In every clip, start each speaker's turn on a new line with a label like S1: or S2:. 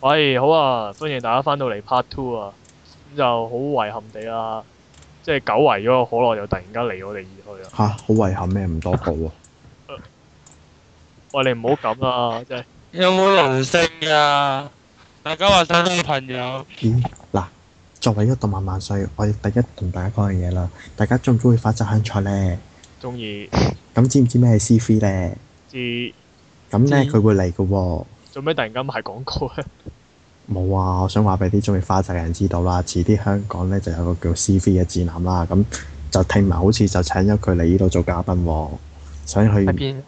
S1: 喂，好啊，歡迎大家翻到嚟 Part Two 啊，咁就好遺憾地啦，即係久違咗個可樂又突然間離我哋而去啊！
S2: 吓，好遺憾咩？唔多報喎。
S1: 喂，你唔好咁啊， 即係
S3: 有冇人性啊？大家話想當朋友，
S2: 咦，嗱，作為一個動漫萬歲，我哋第一同大家講嘅嘢啦，大家中唔中意花澤香菜咧？
S1: 中意
S2: 咁知唔知咩係 C three 咧？
S1: 知
S2: 咁咧
S3: 知
S2: 佢會嚟嘅喎。
S1: 做咩突然間賣廣告啊咧？
S2: 冇啊！我想話俾啲中意花澤嘅人知道啦，遲啲香港咧就有個叫 C three 嘅展覽啦，咁就聽聞好似就請咗佢嚟呢度做嘉賓喎，想
S3: 喺
S2: 去
S3: 邊？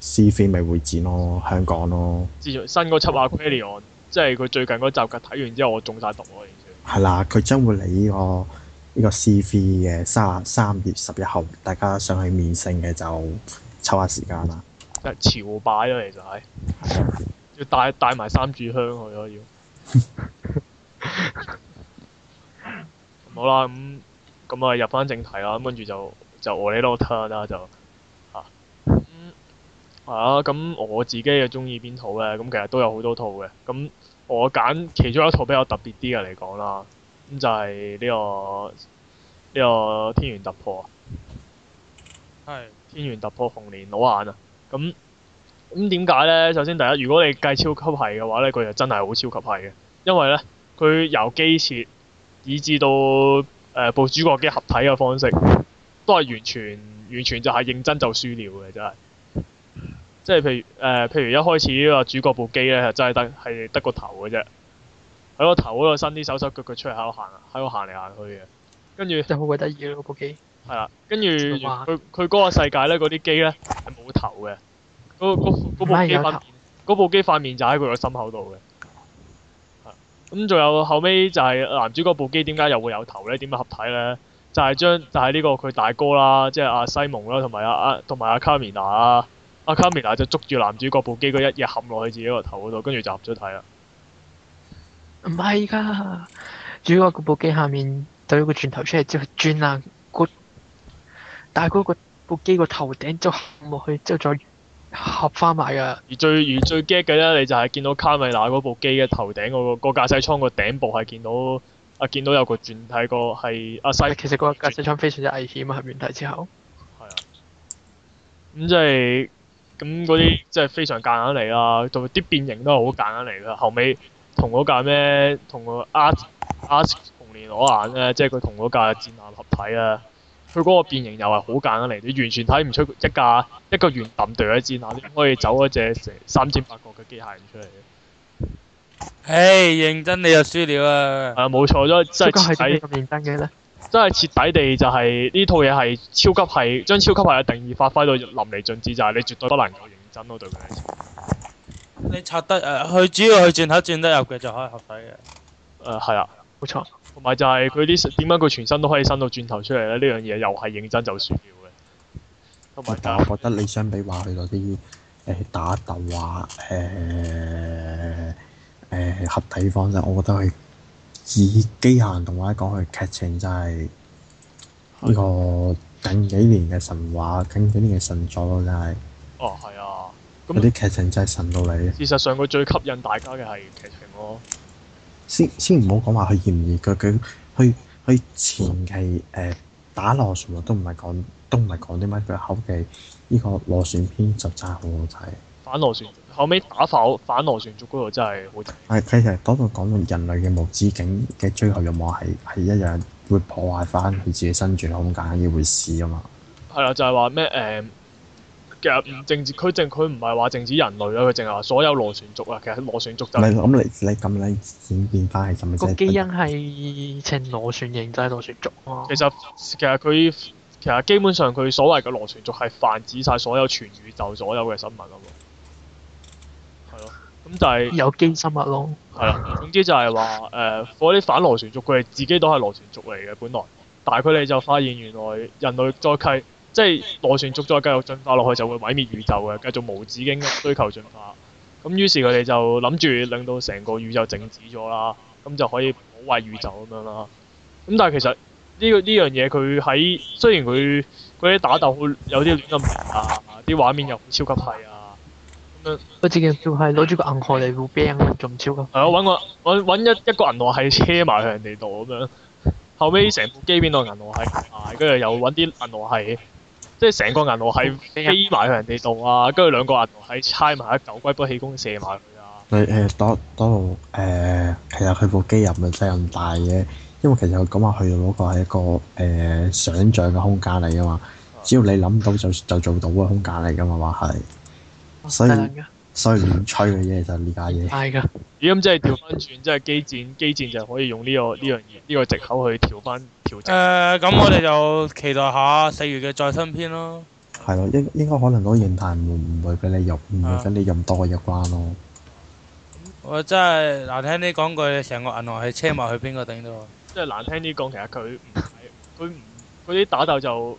S2: C three 咪會展咯，香港咯，
S1: 自從新嗰輯 Aquarion，即係佢最近嗰集嘅睇完之後，我中晒毒喎，完全。
S2: 係啦，佢將會嚟呢個呢個 C three 嘅三三月十一號，大家想去面聖嘅就抽下時間啦。
S1: 即係潮擺咯，其實係要帶帶埋三炷香去咯，要。好啦，咁咁啊入翻正題啦，咁跟住就就我呢度 turn 啦，就嚇係啊，咁我自己又中意邊套咧？咁其實都有好多套嘅，咁我揀其中一套比較特別啲嘅嚟講啦，咁就係呢、個呢、個天元突破啊。
S3: 係
S1: 天元突破紅蓮攞眼啊！咁咁點解咧？首先第一，如果你計超級係嘅話咧，佢就真係好超級係嘅，因為咧佢由機設以至到誒、呃、部主角機合體嘅方式，都係完全完全就係認真就輸了嘅，真係。即係譬如誒、呃譬如一開始話主角部機咧，係真係得係得個頭嘅啫，喺個頭嗰度伸啲手手腳腳出嚟喺度行，喺度行嚟行去嘅，跟住。
S3: 真係好鬼得意咯部機。
S1: 係啦，跟住
S3: 小馬
S1: 佢佢嗰個世界咧，嗰啲機咧係冇頭嘅，嗰嗰嗰部
S3: 唔係
S1: 機
S3: 有
S1: 塊面
S3: 頭，
S1: 嗰部機塊面就喺佢個心口度嘅。係咁仲有後尾就係男主角部機點解又會有頭咧？點解合體咧？就係將就係呢個佢大哥啦，即係阿西蒙啦，同埋阿阿同埋阿卡米娜啊，阿卡米娜就捉住男主角部機嗰一嘢冚落去自己個頭嗰度，跟住就合咗體啦。
S4: 唔係㗎，主角嗰部機下面懟個轉頭出嚟之後轉爛個，但係嗰個部機個頭頂就冚落去之後再合翻埋㗎。
S1: 而最而最 get 嘅咧，你就係見到卡米娜嗰部機嘅頭頂嗰個個駕駛艙個頂部係見到啊，見到有個轉係個係啊阿西
S4: 但係其實嗰個駕駛艙非常之危險啊！合完體之後，
S1: 係啊，咁即係咁嗰啲即係非常夾硬嚟啦，同埋啲變形都係好夾硬嚟噶。後尾同嗰架咩同個 Art Art 紅蓮攞眼咧，即係佢同嗰架戰艦合體啊，佢嗰個變形又係好夾硬嚟，你完全睇唔出一架一個圓揼對嘅戰艦點可以走一隻成三尖八角嘅機械人出嚟嘅。
S3: 唉，認真你就輸了啊！
S1: 係啊，冇錯，都真
S4: 主
S1: 係
S4: 角
S1: 徹
S4: 係
S1: 底
S4: 點解，咁認真嘅咧？
S1: 真係徹底地就係呢套嘢係超級係將超級係嘅定義發揮到淋漓盡致，就係你絕對不能夠認真咯對佢嚟講。
S3: 你拆得誒，佢主要佢轉頭轉得入嘅就可以合體嘅。
S1: 誒係啊，
S4: 冇錯，
S1: 同埋就係佢啲點解佢全身都可以伸到轉頭出嚟咧？呢樣嘢又係認真就算了嘅。同埋就
S2: 但
S1: 係
S2: 我覺得你相比話佢嗰啲誒打鬥啊誒誒合體方式，我覺得佢以機械人動畫講佢劇情真係呢個近幾年嘅神話，近幾年嘅神作咯，真係
S1: 哦係啊，
S2: 嗰啲劇情真係神到你。
S1: 事實上佢最吸引大家嘅係劇情咯。
S2: 先先唔好講話佢熱唔熱腳，佢佢佢前期誒、呃打螺旋都唔係講都唔係講啲乜，佢後期呢個螺旋篇就真係好好睇。
S1: 反螺旋後尾打反反螺旋族嗰度真係好正。
S2: 係，其實嗰度講到人類嘅無止境嘅追求欲望係係一樣會破壞翻佢自己生存空間嘅回事啊嘛。
S1: 係啦，就係話咩誒？其實唔淨止佢淨佢唔係話淨止人類啦，佢淨係話所有螺旋族啊。其實螺旋族
S2: 唔
S1: 就
S2: 係咁你你咁樣演變翻係咁嘅
S4: 個
S2: 啫。
S4: 基因係呈螺旋形，就係螺旋族啊
S1: 其。實其實佢其實基本上佢所謂嘅螺旋族係泛指晒所有全宇宙所有嘅生物啊嘛。係咯，咁就係
S4: 有機生物咯，
S1: 係啦。總之就係話誒，嗰啲反螺旋族佢哋自己都係螺旋族嚟嘅本來，但係佢哋就發現原來人類再繼即係呃螺旋族再繼續進化落去就會毀滅宇宙嘅，繼續無止境咁追求進化。咁於是佢哋就諗住令到成個宇宙靜止咗啦，咁就可以保衞宇宙咁樣啦。咁但係其實呢、個呢樣嘢佢喺雖然佢嗰啲打鬥好有啲亂咁嚟啊，啲畫面又好超級係啊，咁
S4: 我只叫係攞住個銀河嚟護 band 仲超級。
S1: 係啊，揾個揾揾一一個銀河系車埋去人哋度咁樣，後尾成部機變到銀河系大，跟住又揾啲銀河系，即係成個銀河系飛埋去人哋度啊，跟住兩個銀河系猜埋一嚿龜波氣功射埋佢啊，
S2: 你誒呃多多路誒，其實佢部機又唔係真係咁大嘅，因為其實佢講話去到嗰個係一個誒、呃想像嘅空間嚟噶嘛，只要你諗到就就做到嘅空間嚟噶嘛，話係，所以
S4: 得㗎，
S2: 所以亂吹嘅嘢就係呢家嘢。
S4: 係㗎。
S1: 咦咁即係調翻轉，即係機戰機戰就可以用呢、個呢樣嘢呢個藉口去調翻調整。
S3: 誒，呃咁我哋就期待下四月嘅再新篇咯。
S2: 係咯，應應該可能嗰個形態唔唔會俾你入，唔會俾你入多一關咯。
S3: 我真係難聽啲講句，成個銀河係車埋去邊個頂到啊？
S1: 即係難聽啲講，其實佢唔係佢唔嗰啲打鬥就唔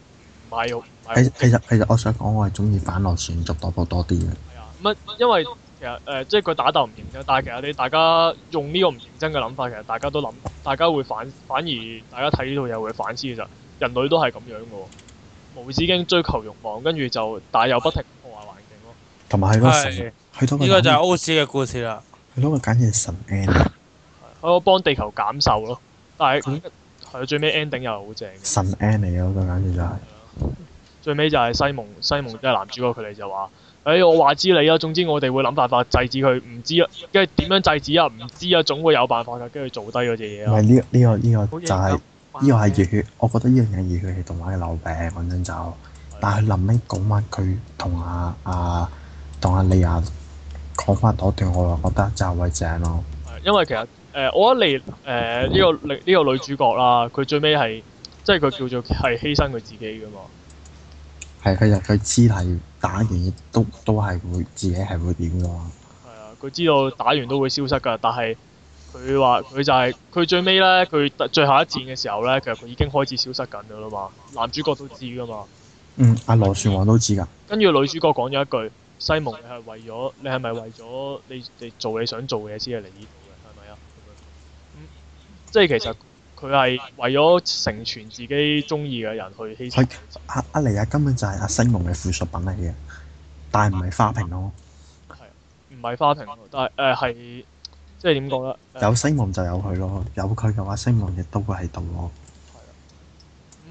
S1: 係好唔
S2: 其
S1: 係
S2: 實其實其實我想講，我係中意反落旋軸多波多啲嘅。
S1: 係啊，乜因為其實誒、呃即係佢打鬥唔認真，但係其實你大家用呢個唔認真嘅諗法，其實大家都諗，大家會反反而大家睇呢套嘢會反思其實人類都係咁樣嘅喎，無止境追求慾望，跟住就但係又不停破壞環境咯。
S2: 同埋佢嗰個神
S3: 係，，
S2: 佢嗰個
S3: 呢個就係
S2: 簡
S3: O 市嘅故事啦。
S2: 佢嗰個簡直係神 end，
S1: 係我幫地球減壽咯，但係係最尾 ending 又係好正嘅。
S2: 神 end 嚟嘅嗰個簡直就係。
S1: 最尾就係西蒙，西蒙即係男主角，佢哋就話：，誒、我話知你啊，總之我哋會諗辦法制止佢，唔知啊，跟住點樣制止啊？唔知啊，總會有辦法㗎，跟住做低嗰隻嘢
S2: 唔係
S1: 啊。
S2: 呢呢個呢個
S4: 好
S2: 就係
S4: 型啊
S2: 呢個係熱血，我覺得呢樣嘢係熱血係動畫嘅流病，講真就。但係臨尾講翻佢同阿阿同阿莉亞講翻嗰段，我又覺得真係鬼正咯。
S1: 係因為其實誒、我覺得嚟誒呢個呢、個女主角啦，佢最尾係即係佢叫做係犧牲佢自己㗎嘛。
S2: 係佢就佢知係打完都都係會自己係會點噶嘛。
S1: 係啊，佢知道打完都會消失㗎，但係佢話佢就係、佢最尾咧，佢最後一戰嘅時候咧，其實佢已經開始消失緊㗎啦嘛。男主角都知㗎嘛。
S2: 嗯，阿羅旋王都知㗎。
S1: 跟住女主角講咗一句：西蒙，你係為咗你係咪為咗你你做你想做嘅嘢先係嚟呢度嘅，係咪啊？咁樣即係其實佢係為咗成全自己中意嘅人去犧牲
S2: 係。阿阿莉亞根本就係阿西蒙嘅附屬品嚟嘅，但係唔係花瓶咯。
S1: 唔係花瓶咯，但係誒呃係即係點講咧？呃誒
S2: 有西蒙就有佢咯，有佢嘅話，西蒙亦都會喺度咯。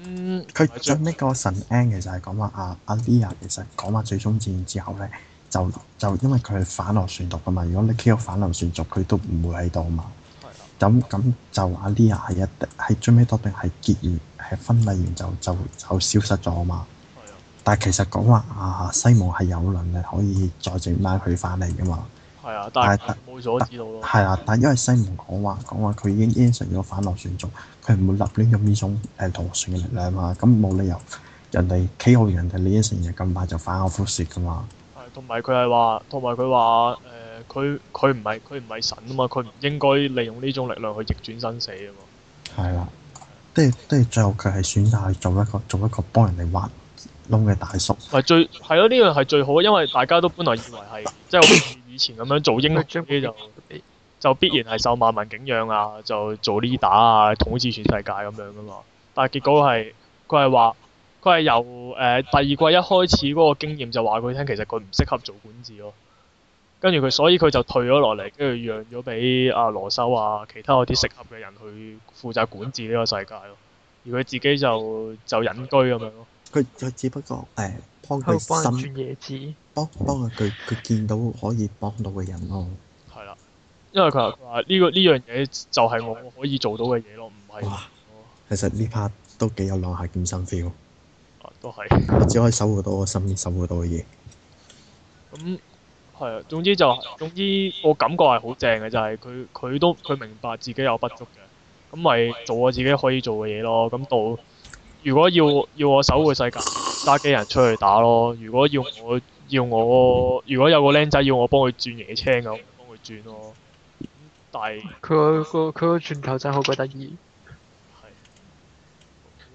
S1: 嗯，同
S2: 佢
S1: 埋
S2: 最
S1: 最
S2: 尾個神 N 其實係講話阿阿 Lia 其實講話最終戰之後咧，就就因為佢係反流旋軸噶嘛，如果你 Q 反流旋軸，佢都唔會喺度嘛。
S1: 係啊啦
S2: 咁咁就阿 Lia 係一定喺最尾多定係結完係婚禮完就就就消失咗嘛。
S1: 係啊
S2: 但係其實講話啊西蒙係有能力可以再整翻佢翻嚟噶嘛。
S1: 係啊，但
S2: 但
S1: 係冇阻止到咯。
S2: 係啦，但因為西蒙講話講話佢已經應承咗反螺旋族，佢唔會立亂用呢種誒螺旋嘅力量嘛，咁冇理由人哋 K.O. 完人哋你應承人咁快就反口覆舌噶嘛，
S1: 係同埋佢係話，同埋佢話誒，佢佢唔係佢唔係神啊嘛，佢唔應該利用呢種力量去逆轉生死啊嘛。
S2: 係啦，跟住跟住最後佢係選擇去做一個做一個幫人哋挖窿嘅大叔，
S1: 咪最係咯，呢樣係最好，因為大家都本來以為係即係好似以前咁樣做英雄嘅就就必然係受萬民景仰啊，就做 leader 啊，統治全世界咁樣噶嘛。但係結果係佢係話佢係由誒、呃第二季一開始嗰個經驗就話佢聽，其實佢唔適合做管治咯。跟住佢，所以佢就退咗落嚟，跟住讓咗俾阿羅修啊，其他嗰啲適合嘅人去負責管治呢個世界咯。而佢自己就就隱居咁樣咯。
S2: 佢佢只不過誒、呃幫
S4: 喺度幫人
S2: 佢
S4: 轉
S2: 心
S4: 椰子，
S2: 幫幫佢佢佢見到可以幫到嘅人咯，
S1: 係啦，因為佢話佢話呢個呢樣嘢就係我可以做到嘅嘢咯，唔
S4: 哎
S1: 係
S2: 哇！其實呢 part 都幾有兩下劍心 feel，
S1: 啊都係
S2: 我只可以守護到我心意守護到嘅嘢。
S1: 咁係啊。總之就係總之我感覺係好正嘅，就係佢佢都佢明白自己有不足嘅，咁咪做我自己可以做嘅嘢咯。咁到如果要要我守護世界，揸機人出去打咯。如果要我要我如果有個僆仔要我幫佢轉野青啊咁，我咪幫佢轉咯。咁但係
S4: 佢個個佢個轉頭真係好鬼得意。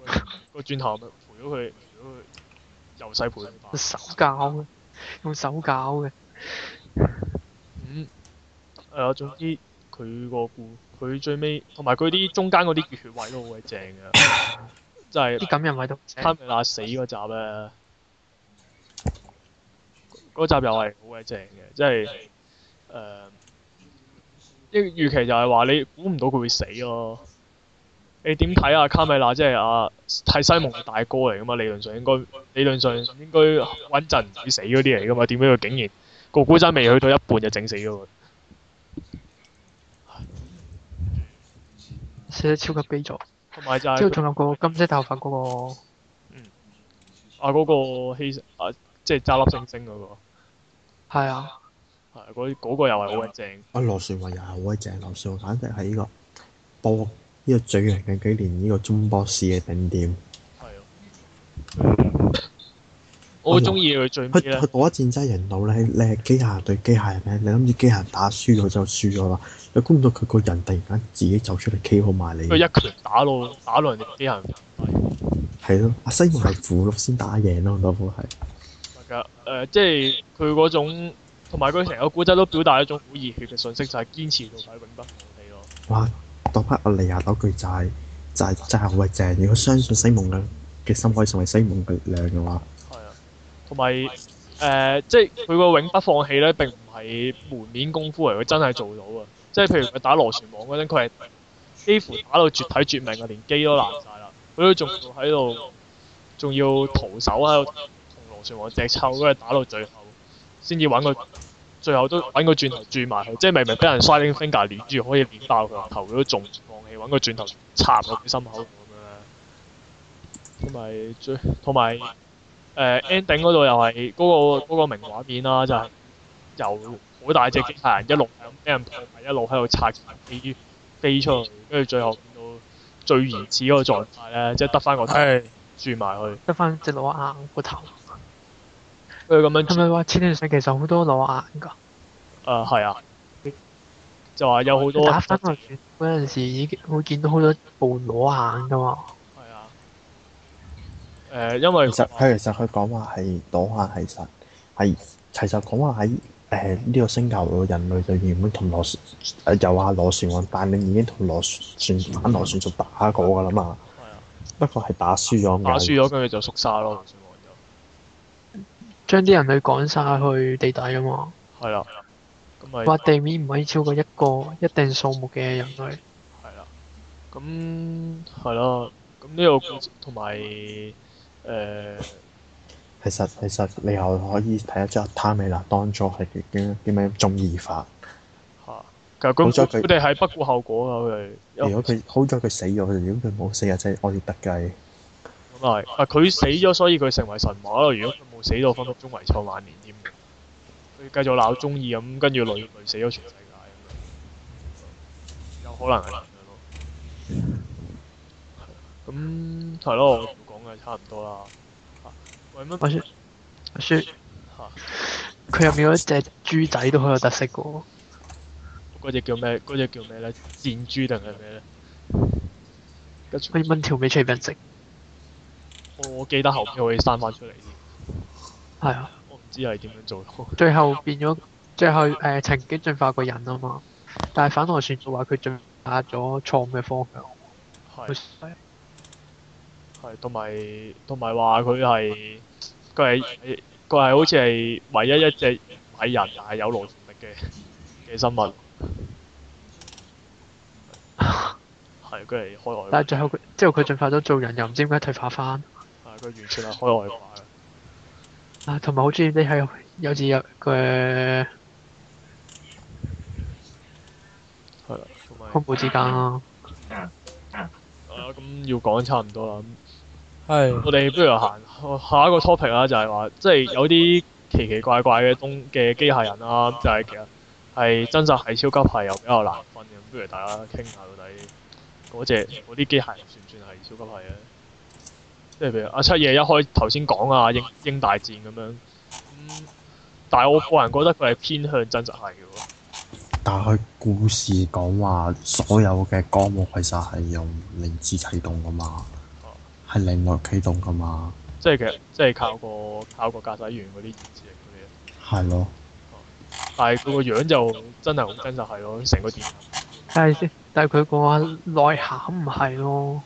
S1: 係個轉頭咪陪咗佢，陪咗佢由細陪佢大。
S4: 手搞嘅，用手搞嘅，
S1: 咁誒、嗯啊總之佢個故，佢最尾同埋佢啲中間嗰啲熱血位都好鬼正嘅，就係啊
S4: 啲感人位都唔正
S1: 卡米娜死嗰集咧，嗰集又係好鬼正嘅，即係誒，呃即係預期就係話你估唔到佢會死咯。你點睇啊？卡米娜即係啊，係西蒙嘅大哥嚟噶嘛？理論上應該，理論上應該穩陣唔會死嗰啲嚟噶嘛？點解佢竟然個古仔未去到一半就整死咗佢？
S4: 死得超級悲壯。
S1: 同埋就係
S4: 之後
S1: 佢
S4: 仲有個金色頭髮嗰、
S1: 啊嗰個希啊，即係揸粒星星嗰個，
S4: 個，係啊，
S1: 係嗰嗰個又係好鬼正。
S2: 啊，羅雪雲又係好鬼正，羅雪雲簡直係呢個波呢、個最近嘅幾年呢個中波士嘅頂點。
S1: 係啊，我好中意佢最尾
S2: 佢
S1: 咧
S2: 佢，嗰一戰真係人到咧，你係機械對機械人咧，你諗住機械人打輸咗就輸咗啦，你估唔到佢個人突然間自己走出嚟 K 好埋你
S1: 佢，一拳打到打到人哋機械人
S2: 係咯，阿西蒙係符碌先打贏咯，嗰部係
S1: 唔係㗎，誒、呃即係佢嗰種，同埋佢成個古仔都表達一種好熱血嘅信息，就係、堅持到底，永不放棄咯。
S2: 哇！當刻阿利亞嗰句就係、就係、真係好鬼正，如果相信西蒙嘅嘅心可以成為西蒙嘅量嘅話，
S1: 係啊，同埋誒，即係佢個永不放棄咧，並唔係門面功夫嚟，佢真係做到啊！即係譬如佢打螺旋網嗰陣，佢係幾乎打到絕體絕命啊，連機都爛晒啦，佢都仲要喺度，仲要徒手喺度同螺旋網隻抽，跟住打到最後，先至揾個最後都揾個轉頭轉埋佢，即係明明俾人 sliding finger 連住可以連爆佢個頭，佢都仲唔放棄，揾個轉頭插落佢心口度咁樣咧。同埋最同埋。誒、ending 嗰度又係嗰、個嗰、個名畫面啦，就係、由好大隻機械人一路係咁俾人破壞，一路喺度拆飛飛出去，跟住最後見到最原始嗰個狀態咧，即係得翻個頭
S3: 係
S1: 轉埋去，
S4: 得翻隻裸眼個頭。
S1: 跟住咁樣
S4: 係咪話千年上其實好多裸眼㗎？
S1: 誒係、啊，就話有好多
S4: 打翻落去嗰陣時已經會見到好多部裸眼㗎嘛。
S1: 係啊，誒、因為
S2: 其實佢其實佢講話係攞下其實係其實講話喺誒呢個星球嘅人類就原本同螺旋誒又話螺旋王，但你已經同螺旋反螺旋族打過㗎啦嘛。
S1: 係啊
S2: 不過係打輸咗咁
S1: 打
S2: 解
S1: 輸咗，跟住就縮沙咯，算我
S4: 將啲人類趕晒去地底啊嘛，
S1: 就係啦，咁咪
S4: 話地面唔可以超過一個一定數目嘅人類。
S1: 係啦，咁係咯，咁呢個故事同埋誒
S2: 其實其實你又可以睇得出阿卡美娜當初係點點樣中意法。
S1: 嚇，其實佢
S2: 好彩
S1: 佢
S2: 佢
S1: 哋係不顧後果㗎，佢
S2: 如
S1: 哋
S2: 果佢好在佢死咗，如果佢冇死啊，真係我哋得計。
S1: 咁啊係，啊佢死咗，所以佢成為神話咯。如果佢冇死到，分分鐘遺臭萬年添。佢繼續鬧中意咁，跟住累累死咗全世界咁樣，有可能係咁樣咯。咁係咯，我講嘅差唔多啦。嚇喂啊乜
S4: 我說我說
S1: 嚇？
S4: 佢入面嗰隻豬仔都好有特色嘅喎，
S1: 嗰只叫咩？嗰只叫咩咧？箭豬定係咩咧？跟住
S4: 可以掹條尾出嚟俾人食。
S1: 我我記得後邊可以生翻出嚟添，
S4: 係啊，
S1: 我唔知係點樣做到。
S4: 最後變咗，最後誒、呃曾經進化過人啊嘛，但係反螺旋就話佢進化咗錯誤嘅方向。
S1: 係係，同埋同埋話佢係佢係佢係好似係唯一一隻蟻人，但係有勞動力嘅嘅生物。係佢係開外
S4: 但係最後佢之後佢進化咗做人，又唔知點解退化翻。
S1: 掛，係佢完全係開外掛嘅。
S4: 啊，同埋好中意匿喺幼稚園嘅
S1: 係啦，同埋
S4: 胸部之間啦。
S1: 啊咁要講差唔多啦。咁
S3: 係
S1: 我哋不如行下一個 topic 啦，就係話即係有啲奇奇怪怪嘅東嘅機械人啦，就係其實係真實係超級係又比較難分嘅，不如大家傾下到底嗰隻嗰啲機械人算唔算係超級係咧？即係譬如阿七爺一開頭先講啊，英英大戰咁樣，咁但係我個人覺得佢係偏向真實係嘅喎。
S2: 但係佢故事講話所有嘅光幕其實係用靈智啟動噶嘛，係靈力啟動噶嘛，
S1: 即係其實，即係靠個靠個駕駛員嗰啲意志力嗰啲，
S2: 係咯。
S1: 但係佢個樣就真係好真實係咯，成個電影。
S4: 但係但係佢個內涵唔係咯，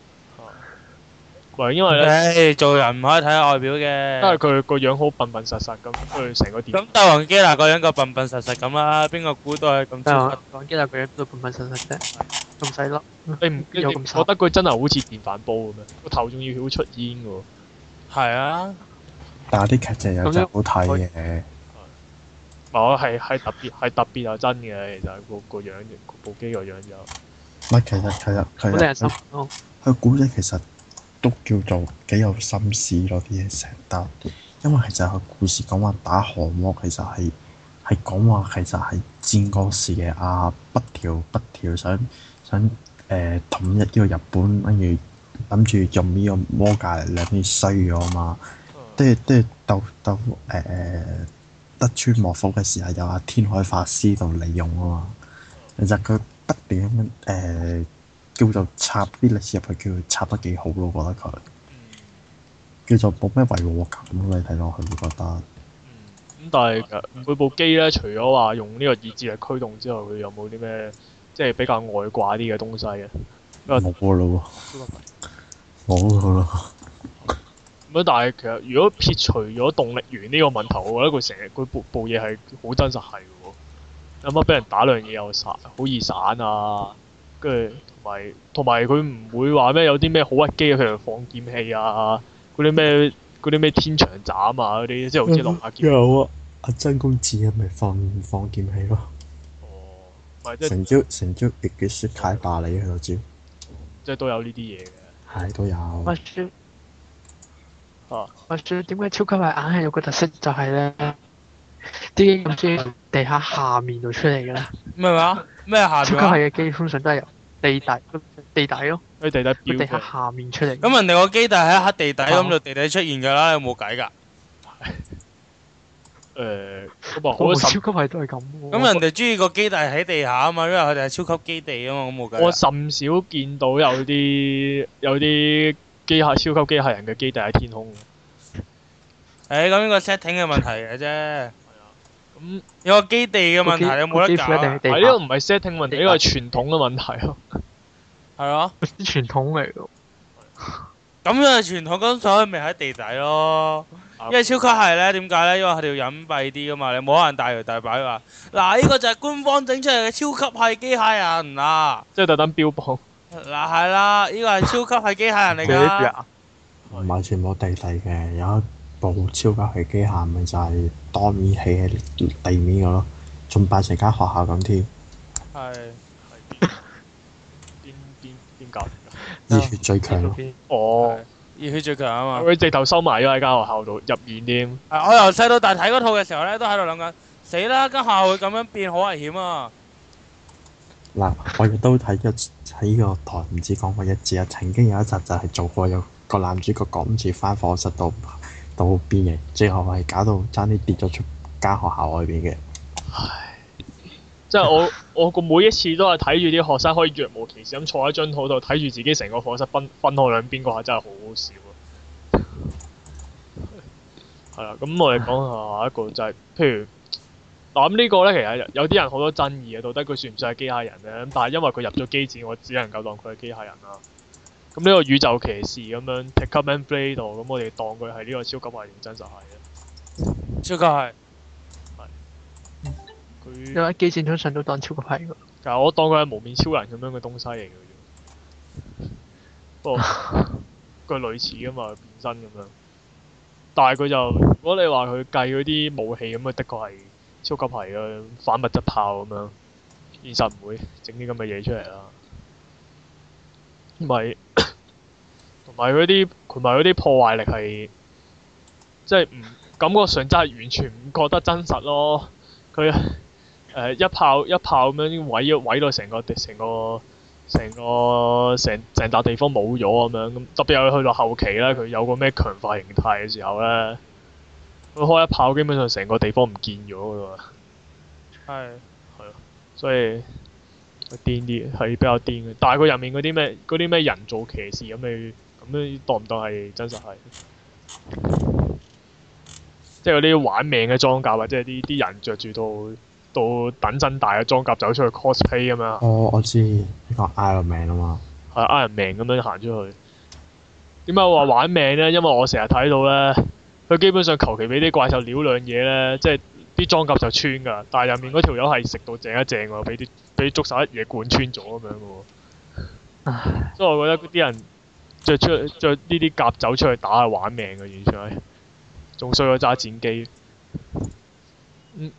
S1: 喂，因為咧，
S3: 唉，做人唔可以睇下外表
S1: 因為
S3: 嘅。
S1: 佢個樣好笨笨實實咁，佢成個電
S3: 咁帝王基娜個樣個笨笨實實咁啦，邊個估到佢咁
S4: 但
S3: 超
S4: 係
S3: 忽？
S4: 我講基達佢都半分身身啫，咁細粒。
S1: 你唔你
S4: 有
S1: 唔
S4: 咁
S1: 覺得佢真係好似電飯煲咁樣，個頭仲要曉出煙嘅喎。
S3: 係啊，
S2: 但係啲劇情有
S4: 咁
S2: 真
S4: 樣
S2: 好睇嘅，
S1: 我係係特別係特別又真嘅，其實個個樣個部機個樣就
S2: 唔係其實其實其
S4: 好令人心
S2: 實
S4: 咯。
S2: 佢古仔其實都叫做幾有心思咯，啲嘢成得，因為其實佢故事講話打韓魔，其實係係講話其實係戰國時嘅阿北條北條想想誒、呃、統一呢個日本，跟住諗住用呢個魔界力量啲衰咗啊嘛。跟住跟住到到誒、呃德川幕府嘅時候，有阿天海法師度利用啊嘛。其實佢不斷咁樣誒叫做插啲歷史入去，叫做插得幾好咯，我覺得佢叫做冇咩違和感咯。你睇落去會覺得
S1: 咁，但係誒每部機咧，除咗話用呢個意志力驅動之外，佢有冇啲咩即係比較外掛啲嘅東西嘅？啊
S2: 冇噶咯喎，冇噶咯。
S1: 咁但係其實如果撇除咗動力源呢個問題，我覺得佢成日佢部部嘢係好真實係嘅喎。啊諗下俾人打兩嘢又散，好易散啊！跟住同埋同埋佢唔會話咩有啲咩好屈機，譬如放劍氣啊，嗰啲咩嗰啲咩天長斬啊嗰啲，即係好似落下劍。
S2: 有啊，阿真公子啊咪放放劍氣咯，
S1: 哦，咪即係
S2: 成招成招亦嘅雪太霸你喺度招，
S1: 即係都有呢啲嘢嘅。
S2: 係都有。
S4: 話説
S1: 啊
S4: 話説點解超級係硬係有個特色就係咧，啲咁先由地下下面度出嚟嘅啦。
S3: 咩話？咩下
S4: 超級
S3: 邊啊話？
S4: 係嘅機通常都係由地底地底咯，
S1: 喺地底
S4: 個
S1: 標
S4: 地下
S1: 嘅，
S4: 下面出嚟。
S3: 咁啊人哋個基地喺黑地底，咁就地底出現㗎啦，有冇計㗎？
S1: 誒咁啊好
S4: 我哦超級
S1: 甚，
S4: 係都係咁喎。
S3: 咁人啊哋中意個基地喺地下啊嘛，因為佢哋係超級基地啊嘛，咁冇計
S1: 我
S3: 啦。
S1: 甚少見到有啲有啲機械超級機械人嘅基地喺天空嘅。
S3: 誒，咁呢個 setting 嘅問題嘅啫，
S1: 咁
S3: 有個基地嘅問題你冇得
S4: 個機庫一定
S3: 搞
S4: 係
S3: 啊，
S4: 地
S1: 係
S4: 下
S1: 呢個唔係 setting 問題，呢個係傳統嘅問題啊咯。
S3: 係咯。
S4: 傳統嚟嘅。
S3: 咁樣傳統金所以咪喺地底咯，因為超級係咧點解咧？因為佢哋要隱蔽啲噶嘛，你冇可能大搖大擺話嗱呢個就係官方整出嚟嘅超級係機械人啊！
S1: 即係特登標榜。
S3: 嗱係啦，呢個係超級係機械人嚟㗎，
S2: 唔係全部地底嘅，有一部超級系機械咪就係當面起喺地面嘅咯，仲扮成間學校咁添，
S3: 係
S1: 邊邊邊間？
S2: 熱血最強咯。
S4: 邊
S1: 哦，
S3: 熱血最強啊嘛！
S1: 佢直頭收埋咗喺間學校度入面添。
S3: 係我由細到大睇嗰套嘅時候咧，都喺度諗緊，死啦！間學校會咁樣變好危險啊！
S2: 嗱，我亦都睇咗喺呢個台唔止講過一次啊，曾經有一集就係做過有個男主角趕唔住翻課室度度變形，最後係搞到爭啲跌咗出間學校外邊嘅。
S1: 即係我我個每一次都係睇住啲學生可以若無其事咁坐喺張台度睇住自己成個課室分分開兩邊嗰下，真係好好笑啊！係啦，咁我哋講下一個就係、譬如嗱咁呢個咧，其實有有啲人好多爭議嘅，啊到底佢算唔算係機械人咧？咁但係因為佢入咗機子，我只能夠當佢係機械人啦。咁呢個宇宙騎士咁樣 pick up and play 度，咁我哋當佢係呢個超級壞人真實係啊嘅。
S3: 超級係
S1: 佢
S4: 因為機戰通常都當超級係嘅。
S1: 但係我當佢係無面超人咁樣嘅東西嚟嘅啫。不過佢類似噶嘛，變身咁樣。但係佢就如果你話佢計嗰啲武器咁啊，的確係超級係嘅反物質炮咁樣。現實唔會整啲咁嘅嘢出嚟啊啦。咪 同埋嗰啲同埋嗰啲破壞力係即係唔感覺上真係完全唔覺得真實咯。佢。誒、呃一炮一炮咁樣毀咗毀到成個地成個成個成成笪地方冇咗咁樣，咁特別係去到後期咧，佢有個咩強化形態嘅時候咧，佢開一炮基本上成個地方唔見咗噶啦，
S3: 係
S1: 所以癲啲係比較癲嘅。但係佢入面嗰啲咩嗰啲咩人造騎士咁你咁你當唔當係真實係？即係嗰啲玩命嘅裝甲或者係啲啲人着住到到等身大嘅裝甲走出去 cosplay 咁樣。
S2: 哦，我知呢個 Iron Man 啊嘛，
S1: 係 Iron Man 咁樣行出去。點解我話玩命咧？因為我成日睇到咧，佢基本上求其俾啲怪獸撩兩嘢咧，即係啲裝甲就穿㗎，但係入面嗰條友係食到正一正喎，俾啲俾啲捉手一嘢貫穿咗咁樣嘅
S4: 唉
S1: 喎。所以我覺得啲人着出着呢啲甲走出去打係玩命嘅，完全係仲衰過揸戰機。嗯，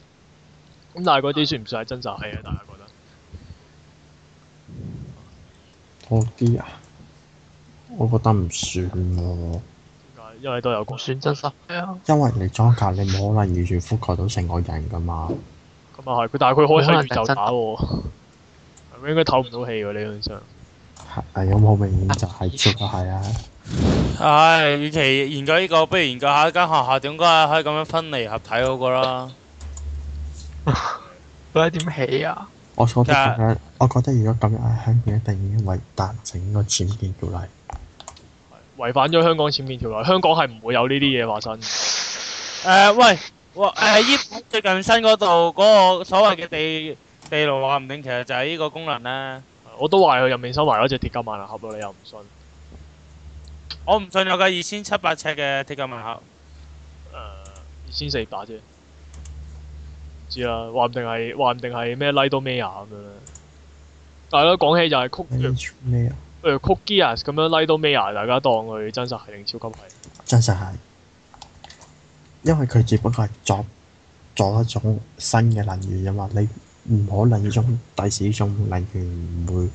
S1: 咁但係嗰啲算唔算係真實戲啊？大家覺得？
S2: 嗰啲啊，我覺得唔算喎，
S1: 點解因為都有
S4: 唔
S1: 個
S4: 算真實。係啊，
S2: 因為你裝甲你冇可能完全覆蓋到成個人噶嘛。
S1: 咁啊係，佢但係佢可以喺宇宙
S4: 可能係真
S1: 打喎，係咪應該透唔到氣喎？理論上。
S2: 係係咁好明顯就係超級係啦。
S3: 唉，與其研究呢個，不如研究下一間學校點解可以咁樣分離合體好過啦。
S4: 到底點起啊？
S2: 我覺得咁
S3: 但
S2: 樣，我覺得如果咁樣喺香港一定已經違達整個僭建條例。
S1: 違反咗香港僭建條例，香港係唔會有呢啲嘢發生。
S3: 誒、喂，哇誒依本最近新嗰度嗰個所謂嘅地地牢話唔定其實就係呢個功能咧。
S1: 我都話佢入面收埋咗隻鐵甲萬能俠咯，你又唔信？誒、
S3: 我唔信有架二千七百尺嘅鐵甲萬盒，
S1: 呃二千四百啫，唔知啦，話唔定係話唔定係咩 l i d o m a r 咁樣啦。但係咧講起就係曲，
S2: 咩啊？
S1: 譬如 Cook Gears 咁樣 l i d o m a r 大家當佢真實係定超級係？
S2: 真實係，因為佢只不過係作作一種新嘅能源啫嘛，你唔可能呢種第時呢種能源唔會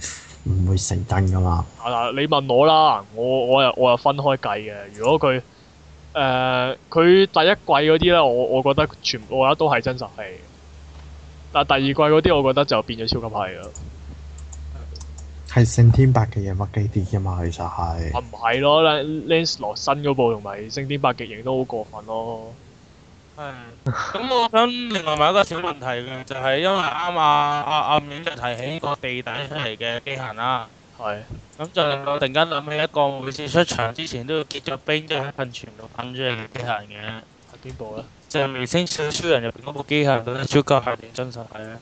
S2: 唔會成真噶嘛。
S1: 啊嗱，你問我啦，我我又我又分開計嘅。如果佢誒佢第一季嗰啲咧，我我覺得全部我覺得都係真實戲，但第二季嗰啲我覺得就變咗超級係啦。
S2: 係聖天白嘅嘢乜基啲噶嘛，其實係
S1: 啊唔係咯，Lens 羅新嗰部同埋《星天八極影》都好過分咯。
S3: 係。咁我想另外問一個小問題嘅，就係、因為啱啊啊阿面就提起個地底出嚟嘅機械啦。
S1: 係
S3: 咁就令我突然間諗起一個每次出場之前都要結咗冰，即係喺噴泉度噴出嚟嘅機械人嘅，
S1: 係邊部咧？
S3: 就係《明星小超人》入邊嗰部機械人，到底超級係定真實係咧？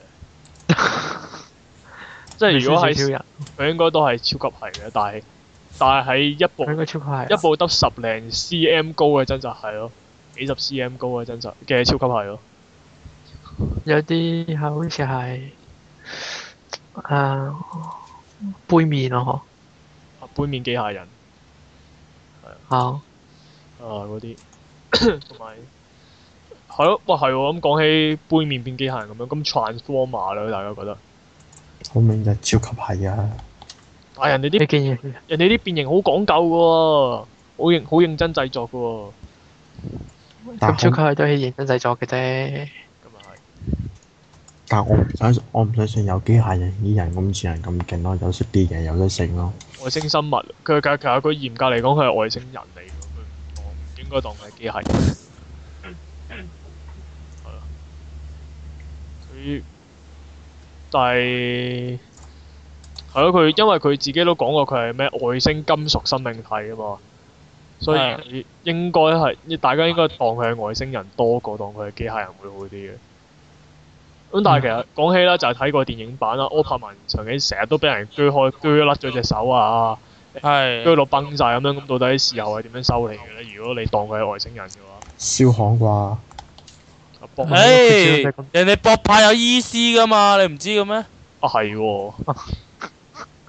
S1: 誒、即係如果
S4: 少少
S1: 係
S4: 人，
S1: 佢應該都係超級係嘅，但係但係喺一部
S4: 佢應該超級係啊
S1: 一部得十零 cm 高嘅真實係咯，幾十 cm 高嘅真實嘅超級係咯。
S4: 有啲係好似係誒杯面咯，
S1: 啊杯面機械人
S4: 嗬
S1: 啊嗰啲， 同埋係咯，哇係喎！咁講起杯面變機械人咁樣，咁 transformer 咧，大家覺得？
S2: 好明顯就超級係啊！
S1: 但係人哋
S4: 嚇！
S1: 啲
S4: 呢件嘢
S1: 人哋啲變形好講究嘅喎，好認好認真製作嘅喎，
S2: 但
S4: 咁超級
S2: 好
S4: 係都係認真製作嘅啫。
S1: 咁啊係。
S2: 但我唔相信，我唔相信有機械人啲人咁似人咁勁咯，有識啲嘢有得成咯。
S1: 外星生物，佢佢其實佢嚴格嚟講，佢係外星人嚟嘅，佢唔當唔應該當佢係機械人。係啊，佢但係係咯，佢因為佢自己都講過佢係咩外星金屬生命體啊嘛，所以
S3: 係
S1: 佢應該係大家應該當佢係外星人多過當佢係機械人會好啲嘅。咁但係其實講起啦，就係睇過電影版啦，柯柏文曾經成日都俾人鋸開、鋸甩咗隻手啊，
S3: 係
S1: 鋸到崩晒咁樣，咁到底事後係點樣修理嘅咧？如果你當佢係外星人嘅話，
S2: 燒焊啩？
S1: 啊幫
S4: 係
S3: 誒，人哋博派有醫師噶嘛，你唔知嘅咩？
S1: 啊係喎，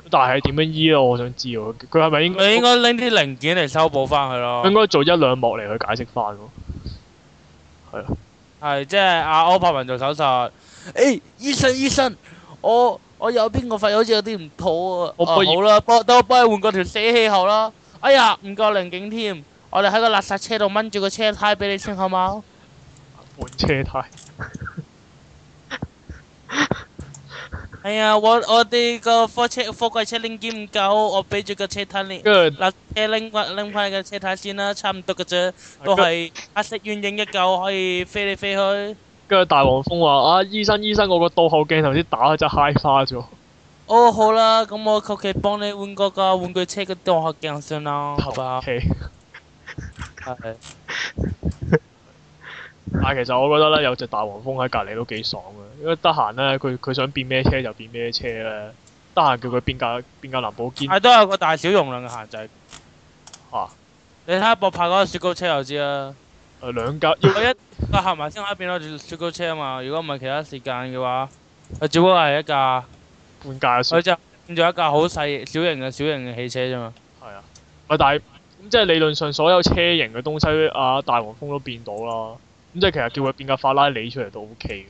S1: 但係點樣醫咧？我想知喎，佢係咪應該
S3: 你應該拎啲零件嚟修補翻佢
S1: 佢應
S3: 咯。
S1: 該做一兩幕嚟去解釋翻咯？
S3: 係，即係阿柯柏文做手術。誒，醫生醫生，我我有邊個肺好似有啲唔妥啊？
S1: 我
S3: 啊
S1: 不如
S3: 好啦，幫等我幫你換個條死氣喉啦。哎呀，唔夠零件添，我哋喺個垃圾車度掹住個車胎俾你先好冇？
S1: 換車胎，
S3: 系啊，我我哋個貨車貨櫃車拎兼唔夠，我俾住個車胎拎，
S1: 跟住
S3: 嗱車拎翻拎翻個車胎先啦，差唔多嘅啫，都係
S1: 啊
S3: 黑色鸳鸯一嚿可以飛嚟飛去。
S1: 跟住大黃蜂話：啊醫生醫生，我個倒後鏡頭先打咗隻嗨花咗，
S3: 哦，好啦，咁我求其幫你換嗰個玩具車嘅動學鏡先啦，好吧？
S1: OK
S3: 係
S1: 但係其實我覺得咧，有隻大黃蜂喺隔離都幾爽嘅，因為得閒咧，佢佢想變咩車就變咩車咧。得閒叫佢變架變架林寶堅
S3: 但係啊都有個大小容量嘅限制。
S1: 嚇，
S3: 你睇下博柏嗰個雪糕車就知啦。
S1: 誒呃兩架要
S3: 佢一個合埋先可以變到雪糕車啊嘛。如果唔係其他時間嘅話，佢只不過係一架，
S1: 半架嘅雪
S3: 佢就變咗一架好細小型嘅小型嘅汽車啫嘛。
S1: 係啊，咪但係咁即係理論上所有車型嘅東西，啊大黃蜂都變到啦。咁即係其實叫佢變架法拉利出嚟都 O K 嘅，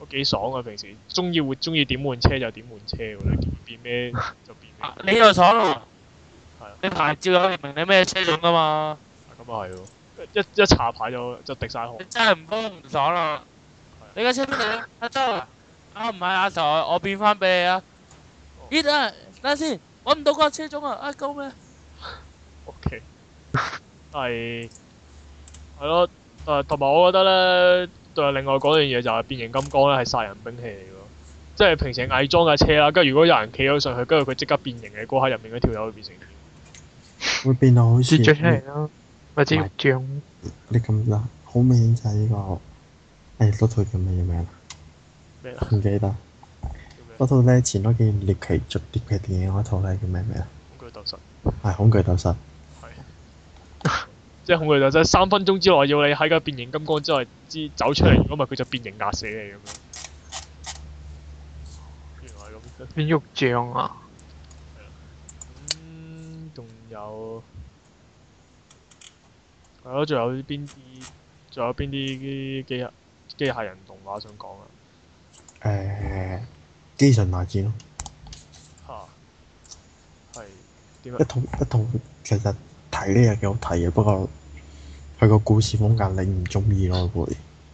S1: 都幾爽啊！平時中意換中意點換車就點換車喎，你見佢變咩就變 咩。
S3: 啊你又爽啦
S1: 係啊！
S3: 你牌照有明你咩車種噶嘛？
S1: 咁啊係喎，一一查牌就就滴晒汗
S3: 你。真係唔幫唔爽啦！你架車邊嚟啊？阿周啊？啊唔係阿 Sir，我我變翻俾你啊！咦啊，等下先，揾唔到嗰架車種啊！啊救咩？
S1: O K，係係咯，誒同埋我覺得咧，誒另外嗰樣嘢就係變形金剛咧係殺人兵器嚟嘅咯，即係平時偽裝架車啊啦，跟住如果有人企咗上去，跟住佢即刻變形嘅嗰下，入面嗰條友會變成點？
S2: 會變到好似
S4: 雪咗出嚟咯，或者
S2: 唔係
S4: 肉醬
S2: 你咁啦，好明顯就係呢、個誒嗰套叫咩名啊？
S1: 咩啊？
S2: 唔記得嗰套咧前嗰幾年獵奇逐獵嘅電影嗰套咧叫咩名啊？
S1: 恐懼鬥室，
S2: 係恐懼鬥室，
S1: 即係恐懼鬥室，三分鐘之內要你喺個變形金剛之內之走出嚟，如啊果唔係佢就變形壓死你咁樣。原來係咁。
S4: 變肉醬啊！
S1: 嗯，仲有係咯，仲有邊啲？仲有邊啲機械機械人動畫想講啊？
S2: 誒、機神大戰咯，
S1: 嚇，係點
S2: 一
S1: 啊？
S2: 套一套其實睇呢嘢幾好睇嘅，不過佢個故事風格你唔中意咯會。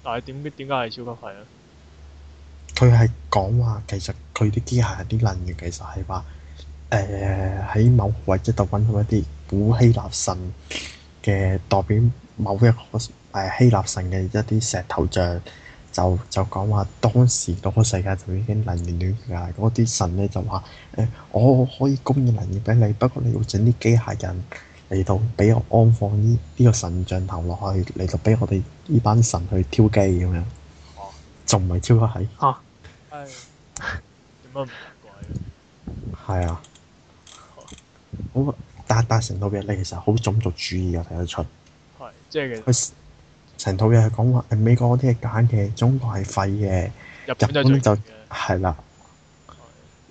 S1: 但係點點解係超級係啊？
S2: 佢係講話其實佢啲機械人啲能源其實係話誒喺某個位置度揾到一啲古希臘神嘅代表某一個誒、希臘神嘅一啲石頭像，就就講話當時嗰個世界就已經能源短缺啦。嗰啲神咧就話誒、我可以供應能源俾你，不過你要整啲機械人。嚟到俾我安放呢呢個神像頭落去，嚟到俾我哋呢班神去挑機咁樣，就唔係挑得係
S3: 係。
S1: 點解唔怪啊？
S2: 係啊，好但但成套嘢你其實好種族主義啊嘅睇得出，
S1: 係即係其實
S2: 佢成套嘢係講話誒美國嗰啲係揀嘅，中國係廢嘅，
S1: 日本就係最
S2: 日本就
S1: 勁嘅。
S2: 係啦。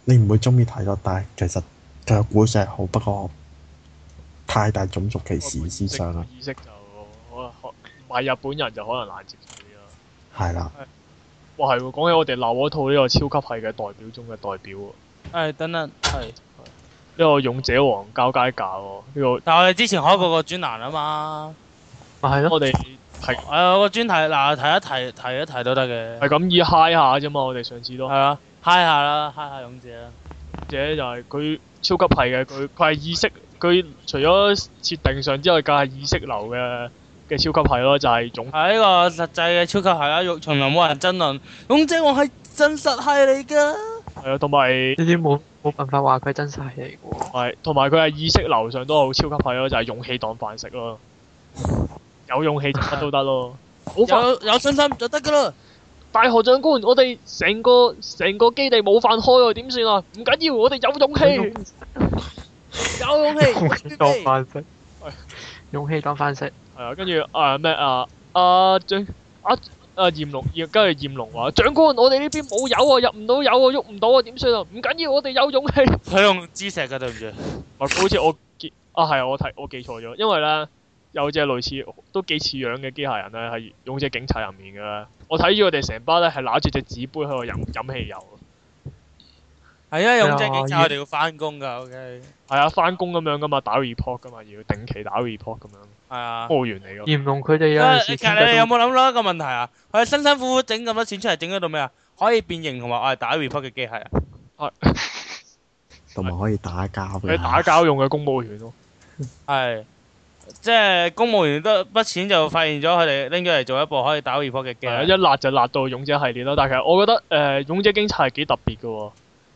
S2: 你唔會中意睇咯，但係其實佢嘅故事係好，不過太大種族歧視思想啊啦，
S1: 意識就可可唔係日本人就可能難接受啲啦。啊
S2: 係啦，
S1: 哇，係喎！講起我哋鬧嗰套呢個超級係嘅代表中嘅代表喎，呢
S3: 係等等，係。
S1: 個勇者王交街架喎，呢個
S3: 但係我哋之前開過個專欄啊嘛，
S4: 咪係咯，
S1: 我哋係
S3: 誒、有個專題嗱提一提提一提都得
S1: 係
S3: 嘅，
S1: 咁以 high 下啫嘛，我哋上次都
S3: 係啊，嗨下啦，嗨下勇啊者啦，
S1: 者就係佢超級係嘅，佢佢係意識，佢除咗設定上之外，梗係意識流嘅嘅超級係咯，就係、勇
S3: 係呢個實際嘅超級係啦，肉從來冇人爭論，勇者王係真實係嚟㗎，
S1: 係啊，同埋
S4: 呢啲冇冇辦法話佢係真實嚟嘅喎。
S1: 係同埋佢係意識流上都係好超級係咯，就係、勇氣當飯食咯，有勇氣就乜都得咯。好飯
S3: 有有信心就得㗎啦，
S1: 大河長官，我哋成個成個基地冇飯開喎，點算啊？唔緊要，我哋有勇氣，
S3: 有勇氣，
S4: 勇氣當飯食
S1: 係，
S4: 勇氣當飯食，
S1: 係啊，跟住啊咩啊啊張啊啊炎龍，跟住炎龍話：長官，我哋呢邊冇油啊，入唔到油啊，喐唔到啊，點算啊？唔緊要，我哋有勇氣。
S3: 佢用知石㗎，對唔住，
S1: 唔係好似我記啊，係啊我睇我記錯咗，因為咧有隻類似都幾似樣嘅機械人咧，係用隻警察入面嘅啦。我睇住佢哋成班咧係揦住隻紙杯喺度飲飲汽油，
S3: 係啊，勇者警察我哋要翻工㗎，OK，
S1: 係啊，翻工咁樣噶嘛，打 report 噶嘛，要定期打 report 咁樣，
S3: 係啊。
S1: 公務員嚟噶。
S4: 嚴龍佢哋有
S3: 啊
S4: 陣
S1: 哎
S3: 其
S4: 時
S3: 實
S4: 傾
S3: 你哋
S4: 偈
S3: 有
S4: 都
S3: 冇諗到一個問題啊？佢辛辛苦苦整咁多錢出嚟，整咗到咩啊？可以變形同埋我係打 report 嘅機械人。
S2: 同埋可以打交
S1: 佢
S2: 嘅。
S1: 打交用嘅公務員咯，
S3: 係，即係公務員得筆錢就發現咗佢哋拎咗嚟做一部可以打 report 嘅機
S1: 係啊，
S3: 械
S1: 一
S3: 人。
S1: 辣就辣到勇者系列咯。但係其實我覺得誒、呃勇者警察係幾特別嘅喎，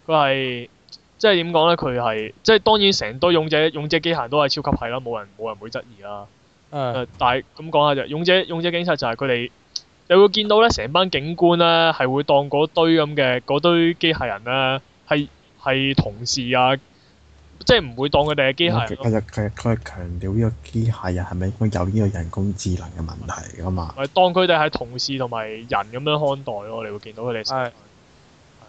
S1: 佢係即係點講咧？佢係即係當然成堆勇者勇者機械人都係超級係啦，冇人冇人會質疑啦。
S3: 係
S1: 誒，但係咁講下就，勇者勇者警察就係佢哋你會見到咧成班警官咧係會當嗰堆咁嘅嗰堆機械人咧係係同事啊，即係唔會當佢哋係機械
S2: 佢
S1: 人咯。
S2: 佢佢佢係強調呢個機械啊人係咪應該有呢個人工智能嘅問題㗎嘛？
S1: 係當佢哋係同事同埋人咁樣看待咯，你會見到佢哋成日
S3: 係
S1: 係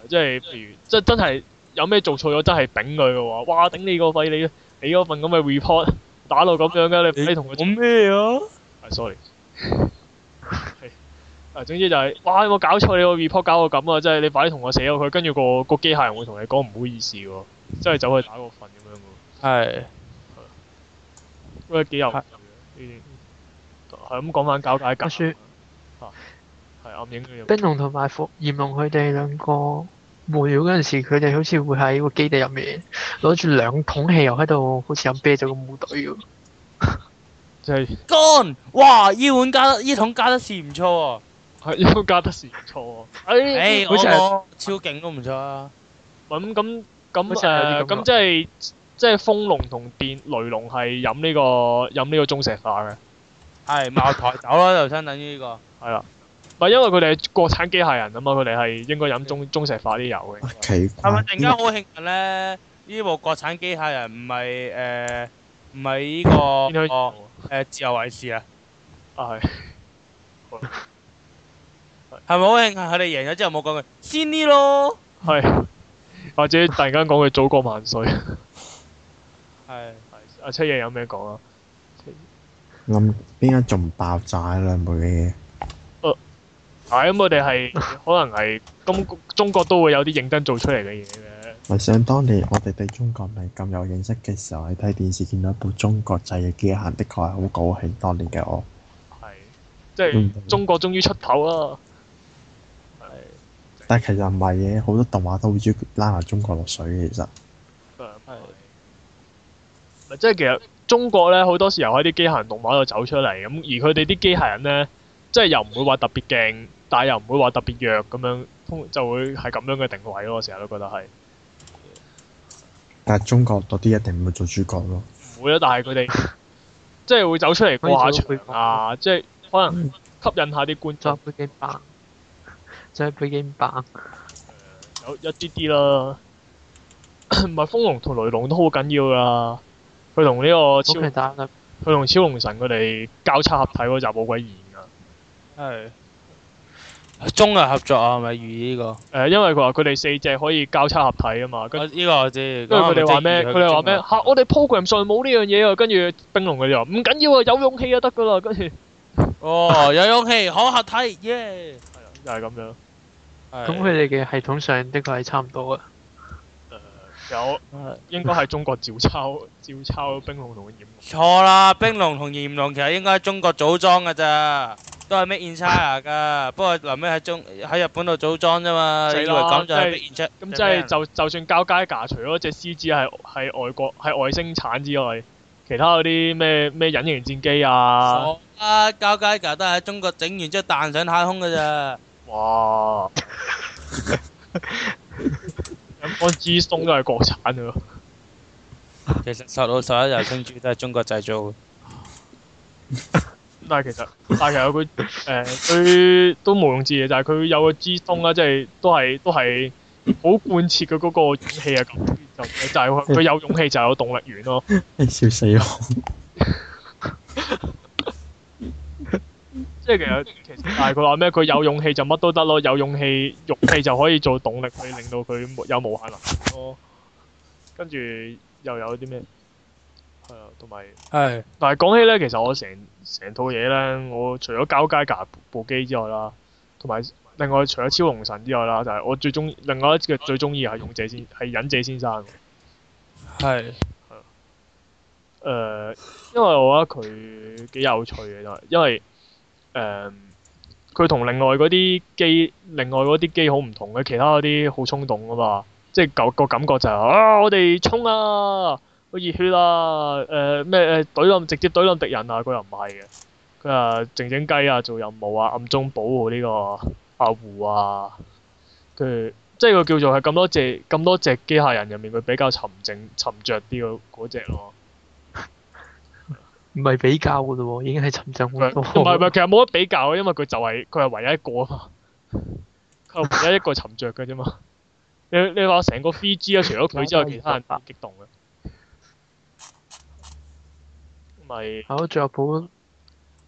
S1: 即係譬如即係真係有咩做錯咗，真係頂佢嘅喎！哇，頂你個肺！你你嗰份咁嘅 report 打到咁樣嘅，你你同佢
S3: 講咩啊？
S1: 係 sorry 係啊，總之就係、哇！有冇搞錯？你個 report 搞到咁啊！即係你快啲同我寫咗佢，跟住個個機械人會同你講唔好意思喎，即係走去打個份咁樣喎。
S3: 係
S1: 喂，幾有趣嘅啊呢啲，係咁講翻搞解
S4: 我
S1: 解
S4: 說
S1: 啊，係暗影嘅
S4: 冰龍同埋伏炎龍佢哋兩個無聊嗰陣時，佢哋好似會喺個基地入面攞住兩桶汽油喺度，好似飲啤酒咁互懟喎。
S1: 即係
S3: 乾，哇！依碗加得依桶加得是唔錯喎。
S1: 係應該加得是唔錯喎。哎誒，
S3: 誒，
S4: 好似係
S3: 我我超勁都唔錯啊。
S1: 咁咁咁
S4: 好似係有
S1: 誒，
S4: 啲感
S1: 咁即係即係風龍同電雷龍係飲呢個飲呢個中石化嘅，
S3: 係茅台酒啦，就相等於呢個。
S1: 係啦。唔係因為佢哋係國產機械人啊嘛，佢哋係應該飲中中石化啲油
S2: 啊
S1: 嘅。
S2: 奇
S3: 係
S2: 怪，
S3: 咪突然間好興奮咧？呢部國產機械人唔係誒唔係呢個
S4: 哦
S1: 邊
S3: 誒、
S1: 度
S3: 呃自由衞士啊？
S1: 啊係
S3: 係咪好興奮？佢哋贏咗之後冇講句先呢咯，
S1: 係， 或者突然間講佢祖國萬歲。
S3: 係
S1: 阿七爺有咩講啊？
S2: 諗嗯邊間仲爆炸呢兩部嘢？
S1: 係咁，我哋係 可能係咁，中國都會有啲認真做出嚟嘅嘢嘅。
S2: 咪想當年我哋對中國唔係咁有認識嘅時候，喺睇電視見到一部中國製嘅機械人，的確係好高興。當年嘅我，嗯
S1: 係，即
S4: 嗯
S1: 係中國終於出頭啦。
S2: 但係其實唔係嘅，好多動畫都好中意拉埋中國落水嘅。其實
S1: 係。咪即係其實中國咧好多時候喺啲機械人動畫度走出嚟咁，而佢哋啲機械人咧，即係又唔會話特別勁，但係又唔會話特別弱咁樣，通就會係咁樣嘅定位咯。我成日都覺得係
S2: 但係中國嗰啲一定唔會做主角 咯。
S1: 唔會啦，啊但係佢 哋即係會走出嚟掛
S4: 可以做到
S1: 下
S4: 配角
S1: 場啊，即係可能吸引下啲觀
S4: 就係
S1: 眾，
S4: 背景板，就係背景板。
S1: 有一啲啲啦。 唔係風龍同雷龍都好緊要㗎，佢同呢個
S4: 好
S1: 超
S4: 強大啦！
S1: 佢同超龍神佢哋交叉合體嗰集好鬼嚴㗎。
S3: 係中日合作啊？係咪如呢個？
S1: 誒、因為佢話佢哋四隻可以交叉合體啊嘛，跟
S3: 我呢個我知。
S1: 跟住佢哋話咩？
S3: 哦咁係咪即係
S1: 佢哋話
S3: 中
S1: 咩
S3: 日？
S1: 嚇！我哋 program 上冇呢樣嘢啊！跟住冰龍佢哋話唔緊要啊，有勇氣就得噶啦。跟住
S3: 哦，有勇氣，可合體，耶！
S1: 就係咁樣。
S3: 咁
S4: 咁佢哋嘅系統上的確係差唔多啊。
S1: 有應該係中國照抄 照抄冰龍同炎
S3: 錯啦，冰龍同炎龍其實應該喺中國組裝嘅咋，都係 Made in China 噶，不過臨尾喺中喺日本度組裝啫嘛，
S1: 死啦
S3: 你以為咁就係啊 Made
S1: 即
S3: in China？
S1: 龍。咁即係就就算交街架，除咗只獅子係係外國係外星產之外，其他嗰啲咩咩隱形戰機啊，
S3: 傻啊，交街架都係喺中國整完之後彈上太空嘅咋，
S1: 哇！咁安之松都係國產啊嘅喎。
S3: 其實十老十一遊星珠都係中國製造嘅，
S1: 但係其實，但係其實佢 誒佢都無庸置疑，就係佢有個支東啦，即係都係都係好貫徹佢嗰個勇氣啊咁，就就係佢有勇氣就有動力源咯。
S2: 哎笑死我！
S1: 即係其實其實，但係佢話咩？佢有勇氣就乜都得咯，有勇氣勇氣就可以做動力，去令到佢冇有無限能力咯。跟住又有啲咩？係啊，同埋。
S3: 係
S1: 但係講起咧，其實我成成套嘢咧，我除咗交街架部機之外啦，同埋另外除咗超龍神之外啦，就係、我最中另外一個最中意係勇者先係忍者先生。誒、
S3: 係
S1: 呃因為我覺得佢幾有趣嘅，就係因為誒佢同另外嗰啲機，另外嗰啲機好唔同嘅，其他嗰啲好衝動啊嘛，即係個個感覺就係、啊，我哋衝啊，好熱血啊，誒咩誒懟冧直接懟冧敵人啊，佢又唔係嘅，佢啊靜靜雞啊做任務啊，暗中保護呢、個阿胡啊，佢即係佢叫做係咁多隻咁多隻機械人入面，佢比較沉靜沉着啲嗰嗰只咯。
S4: 唔係比較噶咯喎，已經係沉浸好
S1: 佢
S4: 多。
S1: 唔係唔係，其實冇得比較嘅，因為佢就係佢係唯一一個啊嘛，佢係唯一一個沉着嘅啫嘛。你你話成個 3G 啊，除咗佢之外，其他人都激動嘅。咪
S4: 係咯，仲有部，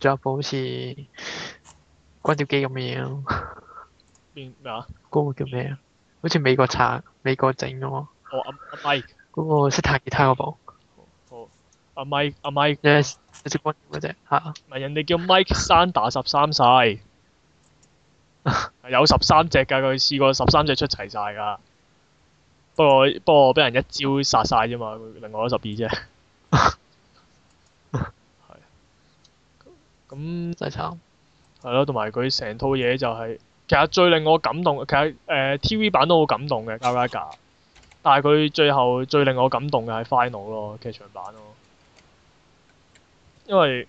S4: 仲有部好似關掉機咁嘅嘢咯。
S1: 邊咩啊？
S4: 嗰個叫咩啊？好似美國拆，美國整嘅喎。
S1: 我阿阿 Mike，
S4: 嗰個識彈吉他嗰部，
S1: 好阿 Mike 阿 Mike，
S4: 有隻有隻光嗰只嚇，
S1: 咪人哋叫 Mike 山打十三世， 有十三隻㗎，佢試過十三隻出齊晒㗎。不過不過，俾人一招殺晒啫嘛，佢另外嗰十二隻。係。咁
S4: 真係慘。
S1: 係咯，同埋佢成套嘢就係、其實最令我感動，其實誒、呃 TV 版都好感動嘅《交加價》，但係佢最後最令我感動嘅係 Final 咯，劇場版咯，因為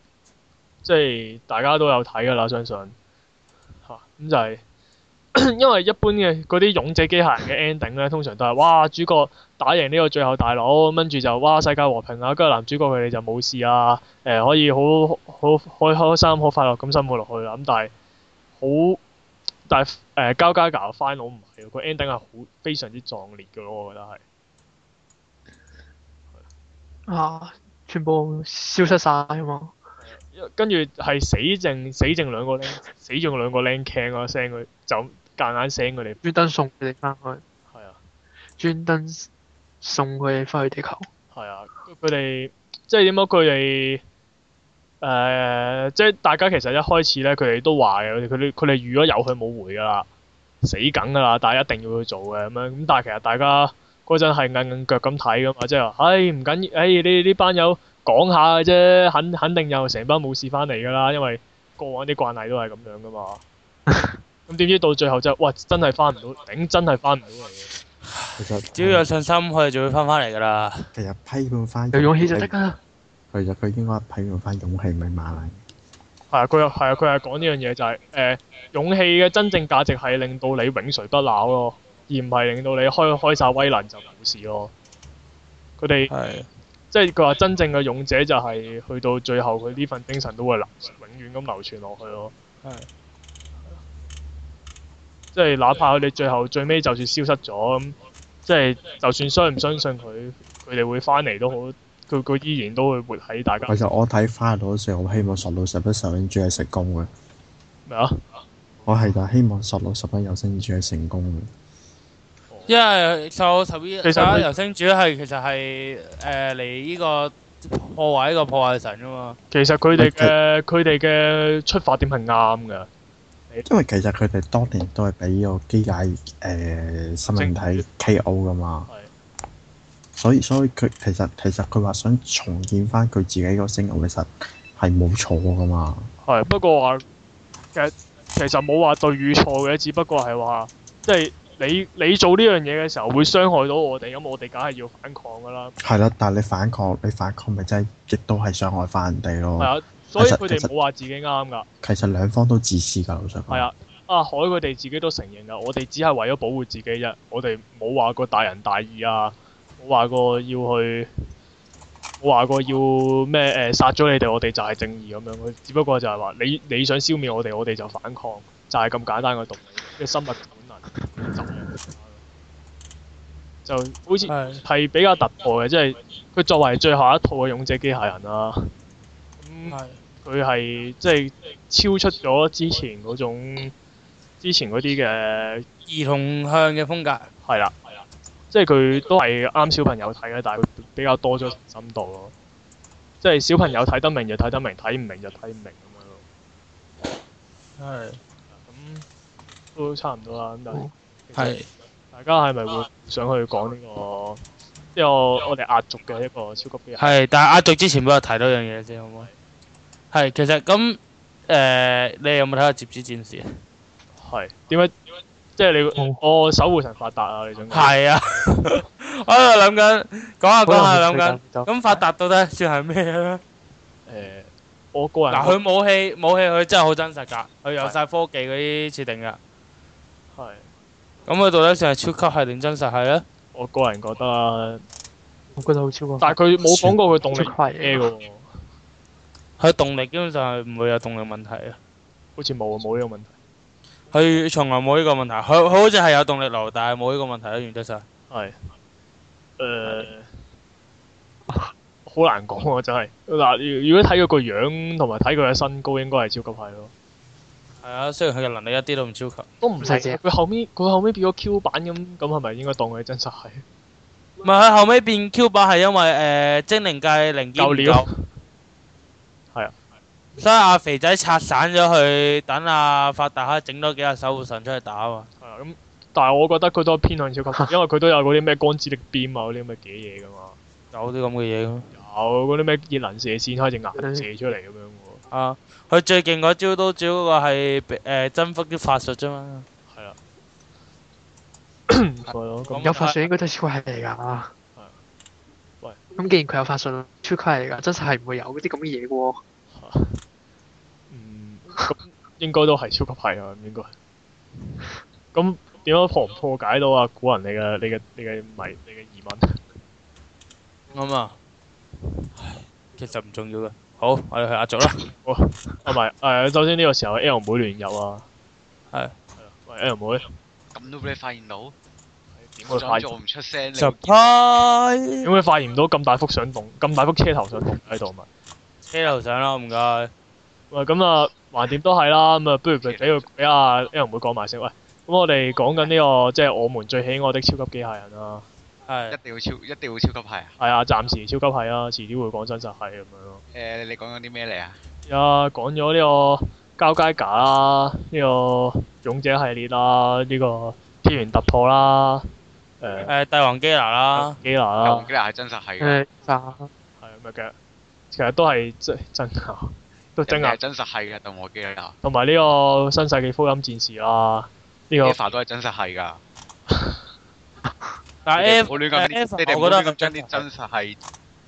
S1: 即係大家都有睇㗎啦，相信嚇咁、就係、 因為一般嘅嗰啲勇者機械人嘅 ending 咧，通常都係哇主角打贏呢個最後大佬，咁跟住就哇世界和平啊，跟住男主角佢哋就冇事啊。誒、可以好好開開心、好快樂咁生活落去啦。咁但係好，但係誒、交加加 final 唔係喎，個 ending 係好非常之壯烈嘅咯，我覺得係。
S4: 啊！全部消失晒啊嘛！
S1: 因為跟住係死剩死剩兩個僆，死剩兩個僆 can 啊聲佢就咁夾硬聲佢哋，
S4: 專登送佢哋翻去，
S1: 係啊
S4: 專登送佢哋翻去地球。
S1: 係啊，佢哋即係點講？佢哋誒即係大家其實一開始咧，佢哋都話嘅，佢哋佢哋佢哋預咗有去冇回㗎啦。死梗㗎啦，但係一定要去做嘅咁樣。咁但係其實大家嗰陣係硬硬腳咁睇㗎嘛，即係話，唉唔緊要，唉呢呢班友講下嘅啫，肯肯定又成班武士翻嚟㗎啦，因為過往啲慣例都係咁樣㗎嘛。咁點知到最後就，哇！真係翻唔到，頂真係翻唔到嚟嘅。
S2: 其實呃
S3: 只要有信心，佢哋就會翻返嚟㗎啦。
S2: 其實批判翻
S4: 有勇氣就得㗎啦。
S2: 其實佢應該批判翻勇氣咪馬嚟。
S1: 係啊，佢又係啊，佢係講呢樣嘢就係、誒、勇氣嘅真正價值係令到你永垂不朽咯，而唔係令到你開開晒威能就冇事咯。佢哋。
S3: 係
S1: 即係佢話真正嘅勇者就係去到最後，佢呢份精神都會流永遠咁流傳落去咯。
S3: 係
S1: 即係哪怕佢哋最後最尾就算消失咗咁，即係就算相唔相信佢，佢哋會翻嚟都好，佢佢依然都會活喺大家
S2: 其實我睇翻到時，我希望索魯十一首領主係成功嘅。
S1: 咩啊？
S2: 我係就希望索魯十一有星主係成功嘅。
S3: 因為受十一
S1: 其實
S3: 十
S1: 佢
S3: 一遊星主係其實係誒嚟呢個破壞呢個破壞神㗎嘛。
S1: 其實佢哋嘅佢哋嘅出發點係啱嘅，
S2: 因為其實佢哋當年都係俾個機械誒、呃生命體 K.O. 噶嘛，所以所以佢其實其實佢話想重建翻佢自己個星球，其實係冇錯噶嘛。
S1: 係不過話其實其實冇話對與錯嘅，只不過係話即係你你做呢樣嘢嘅時候會傷害到我哋，咁我哋梗係要反抗㗎啦。
S2: 係啦，但係你反抗，你反抗咪真係亦都係傷害翻人哋咯。
S1: 係啊，所以
S2: 哦其實
S1: 佢哋
S2: 其實
S1: 冇話自己啱㗎。
S2: 其實兩方都自私㗎，老實講。
S1: 係啊，啊海佢哋自己都承認㗎。我哋只係為咗保護自己啫，我哋冇話過大仁大義啊，冇話過要去，冇話過要咩誒、呃、殺咗你哋，我哋就係正義咁樣。佢只不過就係話你你想消滅我哋，我哋就反抗，就係、咁簡單嘅道理。即係生物本能就係咁簡單就好似
S3: 係。
S1: 係比較突破嘅，即係佢作為最後一套嘅勇者機械人啦、咁
S3: 係
S1: 佢係即係超出咗之前嗰種，之前嗰啲嘅
S3: 兒童向嘅風格，
S1: 係啦，即係佢都係啱小朋友睇嘅，但係佢比較多咗深度咯。即係小朋友睇得明就睇得明，睇唔明就睇唔明咁樣咯。
S3: 係
S1: 咁都差唔多啦。咁但係
S4: 哦
S1: 其實
S3: 係
S1: 大家係咪會想去講呢、個？即係我我哋壓軸嘅一個超級機械人
S3: 係，但係壓軸之前俾我提到一樣嘢先，好唔好？係，其實咁誒、你有冇睇過《折紙戰士》啊？
S1: 係點解？即係你我守護神發達啊！你想講
S3: 係啊， 我喺度諗緊，講下講下諗緊，
S4: 緊
S3: 咁發達到底算係咩咧？
S1: 誒、我個人
S3: 嗱，佢武器武器佢真係好真實㗎，佢有晒科技嗰啲設定㗎。
S1: 係
S3: 咁佢到底算係超級係定真實係咧？
S1: 我個人覺得，
S4: 我覺得好超過。
S1: 但係佢冇講過佢動力咩嘅喎。
S3: 佢動力基本上係唔會有動力問題嘅，
S1: 好似冇啊，冇呢個問題。
S3: 佢從來冇呢個問題。佢佢好似係有動力流，但係冇呢個問題咯，原則上。
S1: 係。誒，好難講啊！真係嗱，如如果睇佢個樣同埋睇佢嘅身高，應該係超級係咯。
S3: 係啊，雖然佢嘅能力一啲都唔超級。
S1: 都唔
S4: 細
S1: 係
S4: 隻
S1: 佢後面佢後面變咗 Q 版咁，咁係咪應該當佢係真實係？
S3: 唔係佢後尾變 Q 版係因為誒、呃精靈界零件唔
S1: 夠料
S3: 夠，所以阿肥仔拆散咗佢，等阿發達克整多幾下守護神出去打啊嘛。
S1: 係啊，咁但係我覺得佢都係偏向超級係，因為佢都有嗰啲咩光之力鞭啊嗰啲咁嘅嘅嘢㗎嘛，
S3: 有啲咁嘅嘢㗎
S1: 有嗰啲咩熱能射線開隻眼射出嚟咁樣喎，
S3: 啊！佢最勁嗰招都只不過係誒增幅啲法術啫嘛。
S1: 係 啦，係咯，咁
S4: 有法術應該都係超級嚟㗎。
S1: 喂
S4: 咁既然佢有法術，超級嚟㗎，真實係唔會有嗰啲咁嘅嘢嘅喎。
S1: 嗯，咁應該都係超級係啊，應該。咁點樣破唔破解到啊？古人你嘅你嘅你嘅迷你嘅疑問？
S3: 咁啊，其實唔重要嘅。好，我哋去壓軸啦。
S1: 啊唔係誒，首先呢個時候 L 妹亂入啊，
S3: 係
S1: 係啊喂 L 妹
S5: 咁都俾你發現到，
S1: 點會發
S5: 想
S1: 現
S5: 做唔出聲，你會
S3: surprise
S1: 點會發現唔到咁大幅上動咁大幅車頭上動喺度咪？
S3: 車頭上啦，唔該。
S1: 喂咁啊，橫掂都係啦，咁啊不如俾佢俾阿 L 妹講埋先。喂，咁我哋講緊呢個即係我們最喜愛的超級機械人啦，
S5: 一
S3: 係
S5: 定要超一定要超級係啊！
S1: 係啊，暫時超級係啊，遲啲會講真實係咁樣咯。
S5: 誒，你講緊啲咩嚟啊？
S1: 啊，講咗呢個交街架啦，呢、個勇者系列啦，呢、個鐵元突破啦，誒、
S3: 誒帝王基拿啦，
S1: 基拿啦
S5: 黃，基娜係真實係啊嘅，
S4: 誒，渣
S1: 係咪嘅？其實都係真真牙， 都真
S5: 人哋
S1: 牙
S5: 係，真實係嘅，但我基娜
S1: 同埋呢個新世紀福音戰士啦，呢、個
S5: Eva 都係真實係㗎。
S3: 但
S5: 你哋
S3: F
S5: 唔好亂咁，
S3: F
S5: 你哋唔
S3: 我
S5: 好
S3: 覺得
S5: 亂咁將啲真實係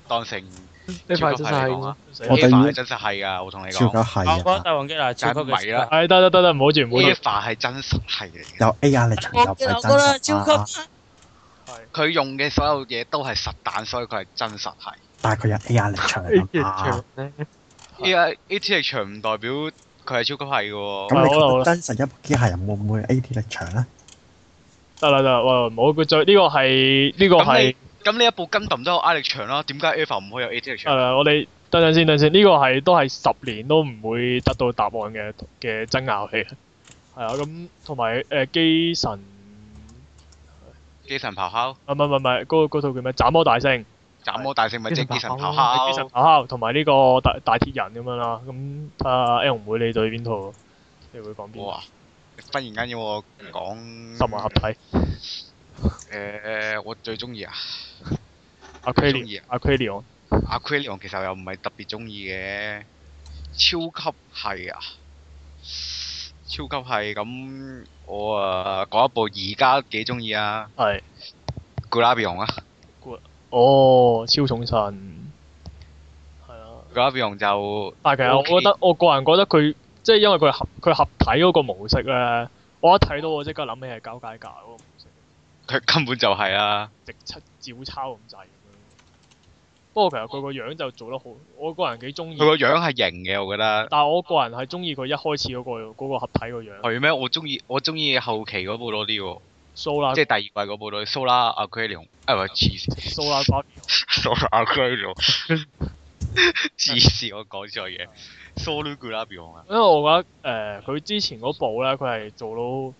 S5: 當成
S4: 呢
S5: 超
S4: 塊
S5: 級
S4: 真
S5: 係
S4: 實
S5: 嚟
S4: 係
S5: 講啊
S1: 死啦
S2: 我哋
S5: ！Eva 係真實係㗎，我同你
S2: 超級
S5: 講
S3: 我覺得
S2: 係
S3: 帝
S2: 啊，
S3: 王基拿超級
S5: 梗咪啦
S3: 嘅。
S1: 哎係得得得得，唔好住唔好住，
S5: ，Eva 係真實係嚟嘅。
S2: 有 A 壓力就
S3: 我
S2: 係
S3: 基拿我覺
S2: 真
S3: 得
S2: 實啊
S3: 超
S2: 啦
S3: 級，
S5: 佢用嘅所有嘢都係實彈，所以佢係真實係。
S2: 但係佢有 A 壓力場啊
S4: 長咧，
S5: 依家 AT 力場唔代表佢係超級係嘅
S2: 嘛。
S5: 喎。
S2: 咁你覺
S1: 好啦好啦
S2: 得真實一部機械人會唔會有 A T 力場咧？
S1: 得啦得啦，喂唔好佢再呢個係呢、個
S5: 咁
S1: 係
S5: 你咁呢一部 Gundam 都有 I 力場啦，點解 Eva 唔可以有 AT 力
S1: 誒
S5: 場？
S1: 呃我哋等陣先等陣先，呢、個係都係十年都唔會得到答案嘅嘅爭拗嚟嘅，係啊咁同埋誒機神。
S5: 機神咆哮、
S1: 啊唔係唔係唔係，嗰嗰套叫咩？斬魔大聖、
S5: 斬魔大聖咪即係機神咆
S1: 機神
S5: 哮。
S1: 咆哮同埋呢個大大鐵人咁樣啦。咁啊 L 妹你對邊套？你會講邊？
S5: 哇！忽然間要我講
S1: 十萬合體、
S5: 誒誒，我最中意啊！
S1: 阿
S5: 中
S1: q
S5: 嗯意啊
S1: u i l 阿 q u i l o
S5: 阿 q u i l i o n 其實我又唔係特別中意嘅，超級係啊，超級係咁，我啊講一部而家幾中意啊，
S1: n 係
S5: 《古拉比昂》啊，
S1: 哦，超重神係啊。
S5: 《古拉比昂》就
S1: 但係其實我
S5: OK
S1: 覺得我個人覺得佢即係因為佢合佢合體嗰個模式咧，我一睇到我即刻諗起係交界架嗰個模式，
S5: 佢 根本就係啊啦、
S1: 直七照抄咁滯咁樣。不過其實佢個樣就做得好，我個人幾中意
S5: 哦佢。個樣係型嘅，我覺得。
S1: 但係我個人係中意佢一開始嗰、個嗰個合體個樣，
S5: 係咩？我中意我中意後期嗰部多啲喎，
S1: 蘇拉
S5: 即係第二季嗰部多啲。蘇拉阿 q u i l i o n 啊唔係黐線，
S1: 蘇拉瓜
S5: 蘇拉阿 q u i l i o n 黐線，我講錯
S1: 啊
S5: 嘢。蘇魯古拉比昂啊，
S1: 因為我覺得誒佢、之前嗰部咧，佢係做到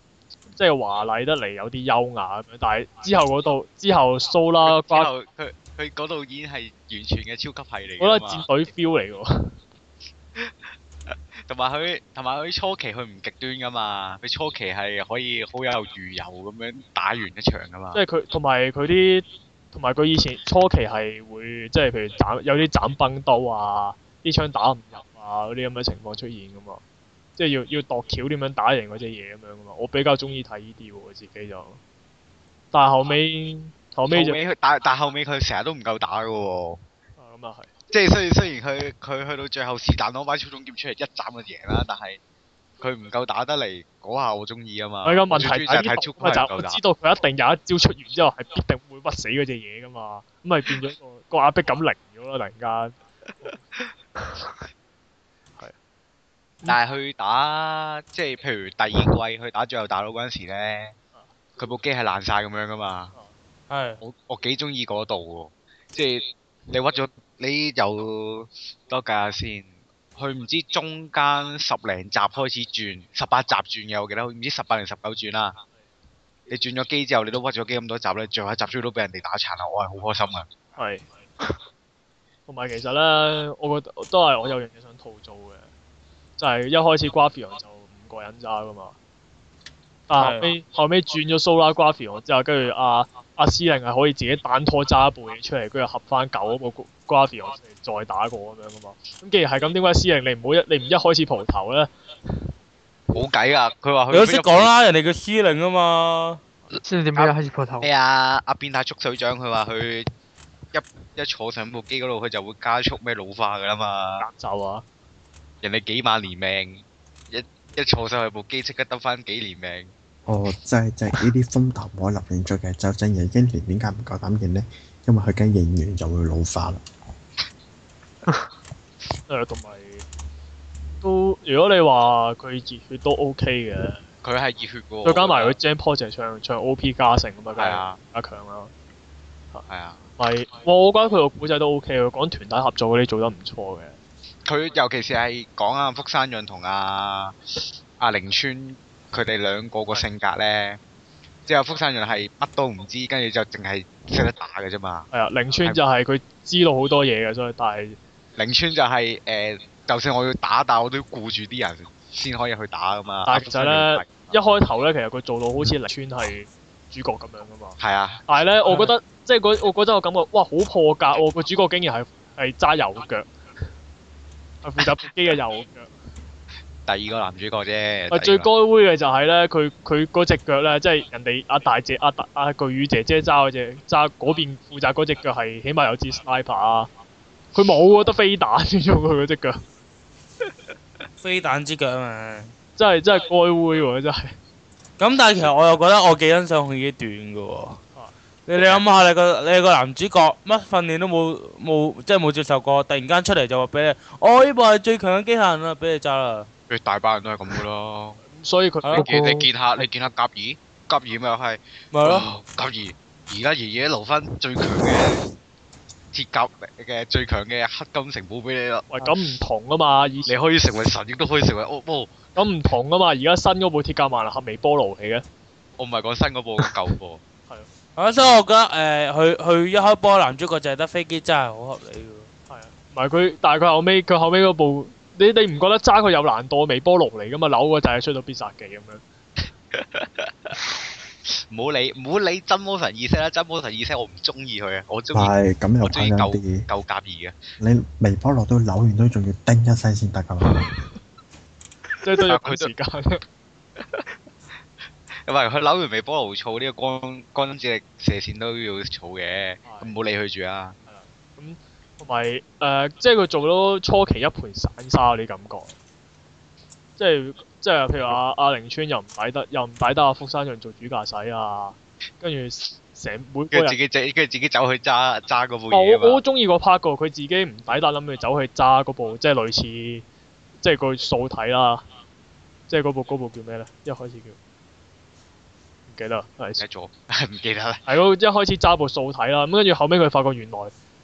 S1: 即係華麗得嚟有啲優雅咁樣，但係之後嗰度之後蘇拉
S5: 之
S1: 瓜，我
S5: 後佢佢嗰度已經係完全嘅超級系嚟
S1: 覺得
S5: 㗎
S1: 戰
S5: 嘛，
S1: 隊 feel 嚟嘅喎，
S5: 同埋佢同埋佢初期佢唔極端㗎嘛，佢初期係可以好有餘油咁樣打完一場㗎嘛
S1: 即。係佢同埋佢啲同埋佢以前初期係會即係譬如斬有啲斬崩刀啊，啲槍打唔入啊嗰啲咁嘅情況出現㗎嘛，即係要要度橋點樣打贏嗰只嘢咁樣㗎嘛，我比較中意睇呢啲喎，我自己就，但係後尾後
S5: 後尾
S1: 尾就
S5: 佢但但後尾佢成日都唔夠打㗎喎。
S1: 啊咁啊係。
S5: 即係雖然雖然佢佢去到最後是但攞把超重劍出嚟一斬就贏啦，但係佢唔夠打得嚟嗰下我中意啊嘛。
S1: 佢個問題
S5: 我最中意就
S1: 喺
S5: 係
S1: 呢
S5: 睇超
S1: 度，
S5: 級係唔
S1: 就我
S5: 夠打
S1: 知。道佢一定有一招出完之後係必定會屈死嗰只嘢噶嘛，咁咪變咗個個壓迫感零咗咯，突然間。
S3: 嗯
S5: 但係去打即係譬如第二季去打最後大佬嗰陣時咧，佢部機係爛晒咁樣噶嘛。
S3: 係
S5: 我我幾中意嗰度喎，即係你屈咗你由多計下先，佢唔知中間十零集開始轉，十八集轉嘅我記得，唔知十八定十九轉啦。你轉咗機之後，你都屈咗機咁多集咧，最後一集終於都俾人哋打殘啦，我係好開心啊！
S1: 係。同埋其實咧，我覺得都係我有樣嘢想吐槽嘅，就係、一開始 Gravion 就五個人揸噶嘛，但後尾後尾轉咗 Solar Gravion 之後，跟住阿阿司令係可以自己單拖揸一部嘢出嚟，跟住合翻舊嗰部 Gravion 再打過咁樣噶嘛。咁既然係咁，點解司令你唔好一你唔一開始蒲頭咧？
S5: 冇計啊！佢話佢
S3: 你都識講啦，人哋叫司令啊嘛。
S4: 先點解開始破頭
S5: 咩？啊？阿變態速水長佢話佢一一坐上部機嗰度，佢就會加速咩老化噶啦嘛。
S1: 夾就啊，
S5: 人哋幾萬年命，一一坐上去部機即刻得翻幾年命。
S2: 哦，即係即係呢啲風頭唔可以立亂追嘅，就正如英年點解唔夠膽認呢？因為佢驚認完就會老化啦。
S1: 誒同埋都如果你話佢熱血都 OK 嘅，
S5: 佢係熱血嘅喎。
S1: 再加埋佢 Jam Project 唱唱 OP 加成咁啊，梗
S5: 係
S1: 係
S5: 啊
S1: 加強啦。
S5: 係啊，
S1: 咪我覺得佢個古仔都 OK 佢講團體合作嗰啲做得唔錯嘅。
S5: 佢尤其是係講阿福山潤同阿阿凌川佢哋兩個個性格咧，即係福山潤係乜都唔知，跟住就淨係識得打嘅啫嘛。
S1: 係啊，凌川就係佢知道好多嘢嘅，所以但係
S5: 凌川就係、誒、就算我要打，但我都要顧住啲人先可以去打噶嘛。
S1: 但係其實咧一開頭咧，其實佢做到好似凌川係主角咁樣噶嘛。
S5: 係啊，
S1: 但係咧，我覺得即係嗰我嗰陣我感覺，哇，好破格喎！個主角竟然係係揸右腳，係負責部機嘅右腳。
S5: 第二個男主角啫。
S1: 啊！
S5: 第二個
S1: 最該煨嘅就係咧，佢佢嗰只腳咧，即係人哋阿大姐、阿大阿巨乳姐姐揸嗰只揸嗰邊負責嗰只腳係，起碼有支 sniper 啊！佢冇啊，得飛彈先用佢嗰只腳，
S3: 飛彈之腳啊嘛。
S1: 真係真係該煨喎！真係
S3: 咁但係其實我又覺得我幾欣賞佢呢段嘅喎
S1: 啊。
S3: 你你諗下，你個你個男主角乜訓練都冇冇，即係冇接受過，突然間出嚟就話俾你，我呢部係最強嘅機械人啦，俾你揸啦。
S5: 佢大把人都係咁噶咯。
S1: 所以佢
S3: 係
S5: 你
S3: 咯
S5: 見你見下你見下甲二，甲二咪又係。
S3: 咪係咯，
S5: 哦甲二而家爺爺留翻最強嘅鐵甲嘅最強嘅黑金城堡俾你啦，
S1: 喂咁唔同啊嘛，以
S5: 你
S1: 前
S5: 可以成為神，亦都可以成為哦惡魔。
S1: 咁唔同啊嘛，而家新嗰部鐵甲萬能俠微波爐嚟嘅，
S5: 我唔係講新嗰部，舊部。
S3: 啊，所以我覺得誒，佢佢一開波男主角就係得飛機，真係好合理嘅喎。
S1: 唔係佢，但係佢後尾佢後尾嗰部，你你唔覺得揸佢有難度嘅微波爐嚟噶嘛？扭個掣出到必殺技咁樣。
S5: 唔好理唔好理真魔神意識啦，真魔神意識我唔中意佢啊，我中
S2: 但
S5: 意
S2: 係咁又
S5: 我中意
S2: 簡單啲
S5: 舊，舊甲二嘅。
S2: 你微波爐都扭完都仲要叮一聲先得㗎 嘛。
S1: 即係都要
S5: 但
S1: 佢
S5: 係佢都
S1: 時間，
S5: 因為佢扭完微波爐儲呢個光光子力射線都要儲嘅，咁唔好理佢住啊。
S1: 同埋誒，即係佢做到初期一盤散沙嗰啲感覺，即係即係譬如阿阿凌川又唔抵得，又唔抵得阿福山潤做主駕駛啊，跟住成每個
S5: 跟住自
S1: 人，
S5: 己自跟住自己走去揸揸嗰部嘢啊
S1: 我我好
S5: 嘛。
S1: 中意個 part 個，佢自己唔抵得諗住走去揸嗰部，即係類似即係個數體啦，即係嗰部嗰部叫咩咧？一開始叫唔記得啦，
S5: 唔
S1: 係
S5: 記得咗， 唔記得啦。
S1: 係咯，一開始揸部數體啦，咁跟住後尾佢發覺原來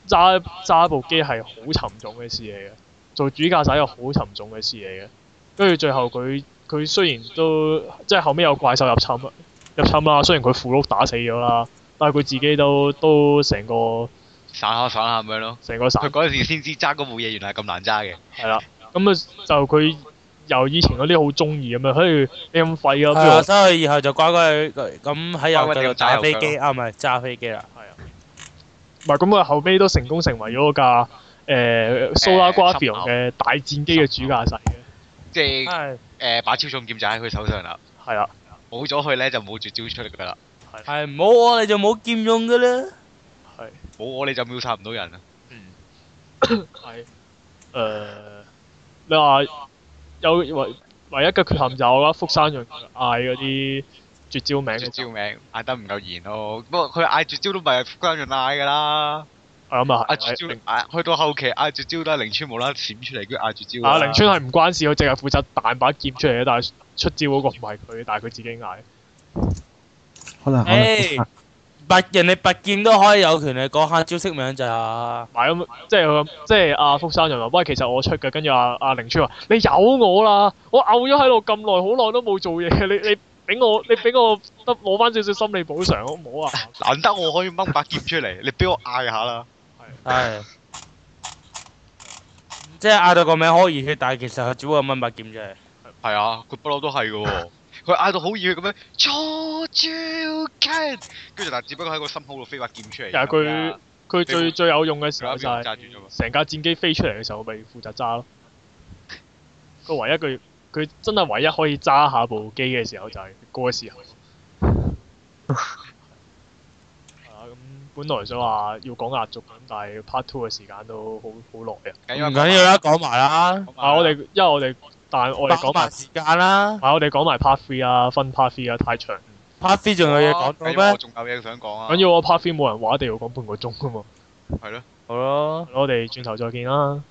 S1: 揸揸部機係好沉重嘅事嚟嘅，做主駕駛又好沉重嘅事嚟嘅。跟住最後佢佢雖然都即係後尾有怪獸入侵入侵啦，雖然佢父碌打死咗啦，但係佢自己都都成個
S5: 散下散下咁樣咯。
S1: 成個散
S5: 佢嗰陣時先知揸嗰部嘢原來係咁難揸嘅。
S1: 係啦。咁啊就佢由以前嗰啲好中意咁樣，跟住你咁廢啊，不
S3: 係
S1: 如我
S3: 啊，所以以後就乖乖咁喺右腳度打飛
S5: 乖乖地打右
S3: 機，啊唔係揸飛機啦。
S1: 唔係咁啊，後尾都成功成為咗架誒蘇拉瓜菲昂嘅大戰機嘅主駕駛嘅，
S5: 即
S1: 啊
S5: 係
S3: 係
S5: 誒把超重劍就喺佢手上啦，
S1: 係啊啦。
S5: 冇咗佢咧就冇絕招出嚟噶啦，
S3: 係唔好我你就冇劍用嘅啦。
S1: 係
S5: 冇我你就秒殺唔到人啦。啊
S1: 係誒，你話有唯唯一嘅缺陷就係我覺得福山潤嗌嗰啲絕招名
S5: 絕
S1: 嘅時
S5: 招
S1: 候，
S5: 名嗌得唔夠嚴咯，不過佢嗌絕招都唔係福山潤嗌噶啦，
S1: 啊咁啊
S5: 阿
S1: 係
S5: 絕
S1: 係
S5: 招啊去到後期，阿絕招都係凌川無啦啦閃出嚟，跟住阿絕招
S1: 啊！凌川係唔關事，佢淨係負責彈把劍出嚟嘅，但係出招嗰個唔係佢，但係佢自己嗌。
S2: 可能可
S3: 誒
S2: 能
S3: 拔人哋拔劍都可以有權嚟講下招式名咋。
S1: 買咁，即係佢咁，即係阿福山就話：喂，其實我出嘅。跟住阿阿凌川話：你有我啦，我嘔咗喺度咁耐，好耐都冇做嘢，你你俾我，你俾我得攞翻少少心理補償，好唔好啊？
S5: 難得我可以掹把劍出嚟， 你俾我嗌下啦。
S3: 係。即係嗌到個名好熱血，但係其實佢只不過掹把劍啫。
S5: 係啊，佢不嬲都係嘅喎。 佢嗌到好熱血咁樣，初招 can，跟住但只不過喺個心口度飛把劍出嚟。
S1: 其實佢佢最最有用嘅時候
S5: 佢
S1: 就
S5: 揸
S1: 係
S5: 住咗嘛。
S1: 成架戰機飛出嚟嘅時候，我咪負責揸咯。佢唯一佢佢真係唯一可以揸下部機嘅時候就係嗰個 時候。係啊，咁本來想話要講壓軸咁，但係 part two 嘅時間都好好耐啊。
S5: 緊
S3: 唔緊要啦，，講埋啦，
S5: 講埋啦
S1: 啊！我哋因為我哋但我哋講
S3: 講埋
S1: 埋，
S3: 時間啦。
S1: 啊！我哋講埋 part three 啊，分 part three 啊，太長。
S3: Part three 仲有嘢講到
S5: 緊要我
S3: 咩？
S5: 仲有嘢想講啊。
S1: 緊要我 part three 冇人話，一定要講半個鐘噶嘛。
S5: 係咯。
S3: 好咯。
S1: 我哋轉頭再見啦。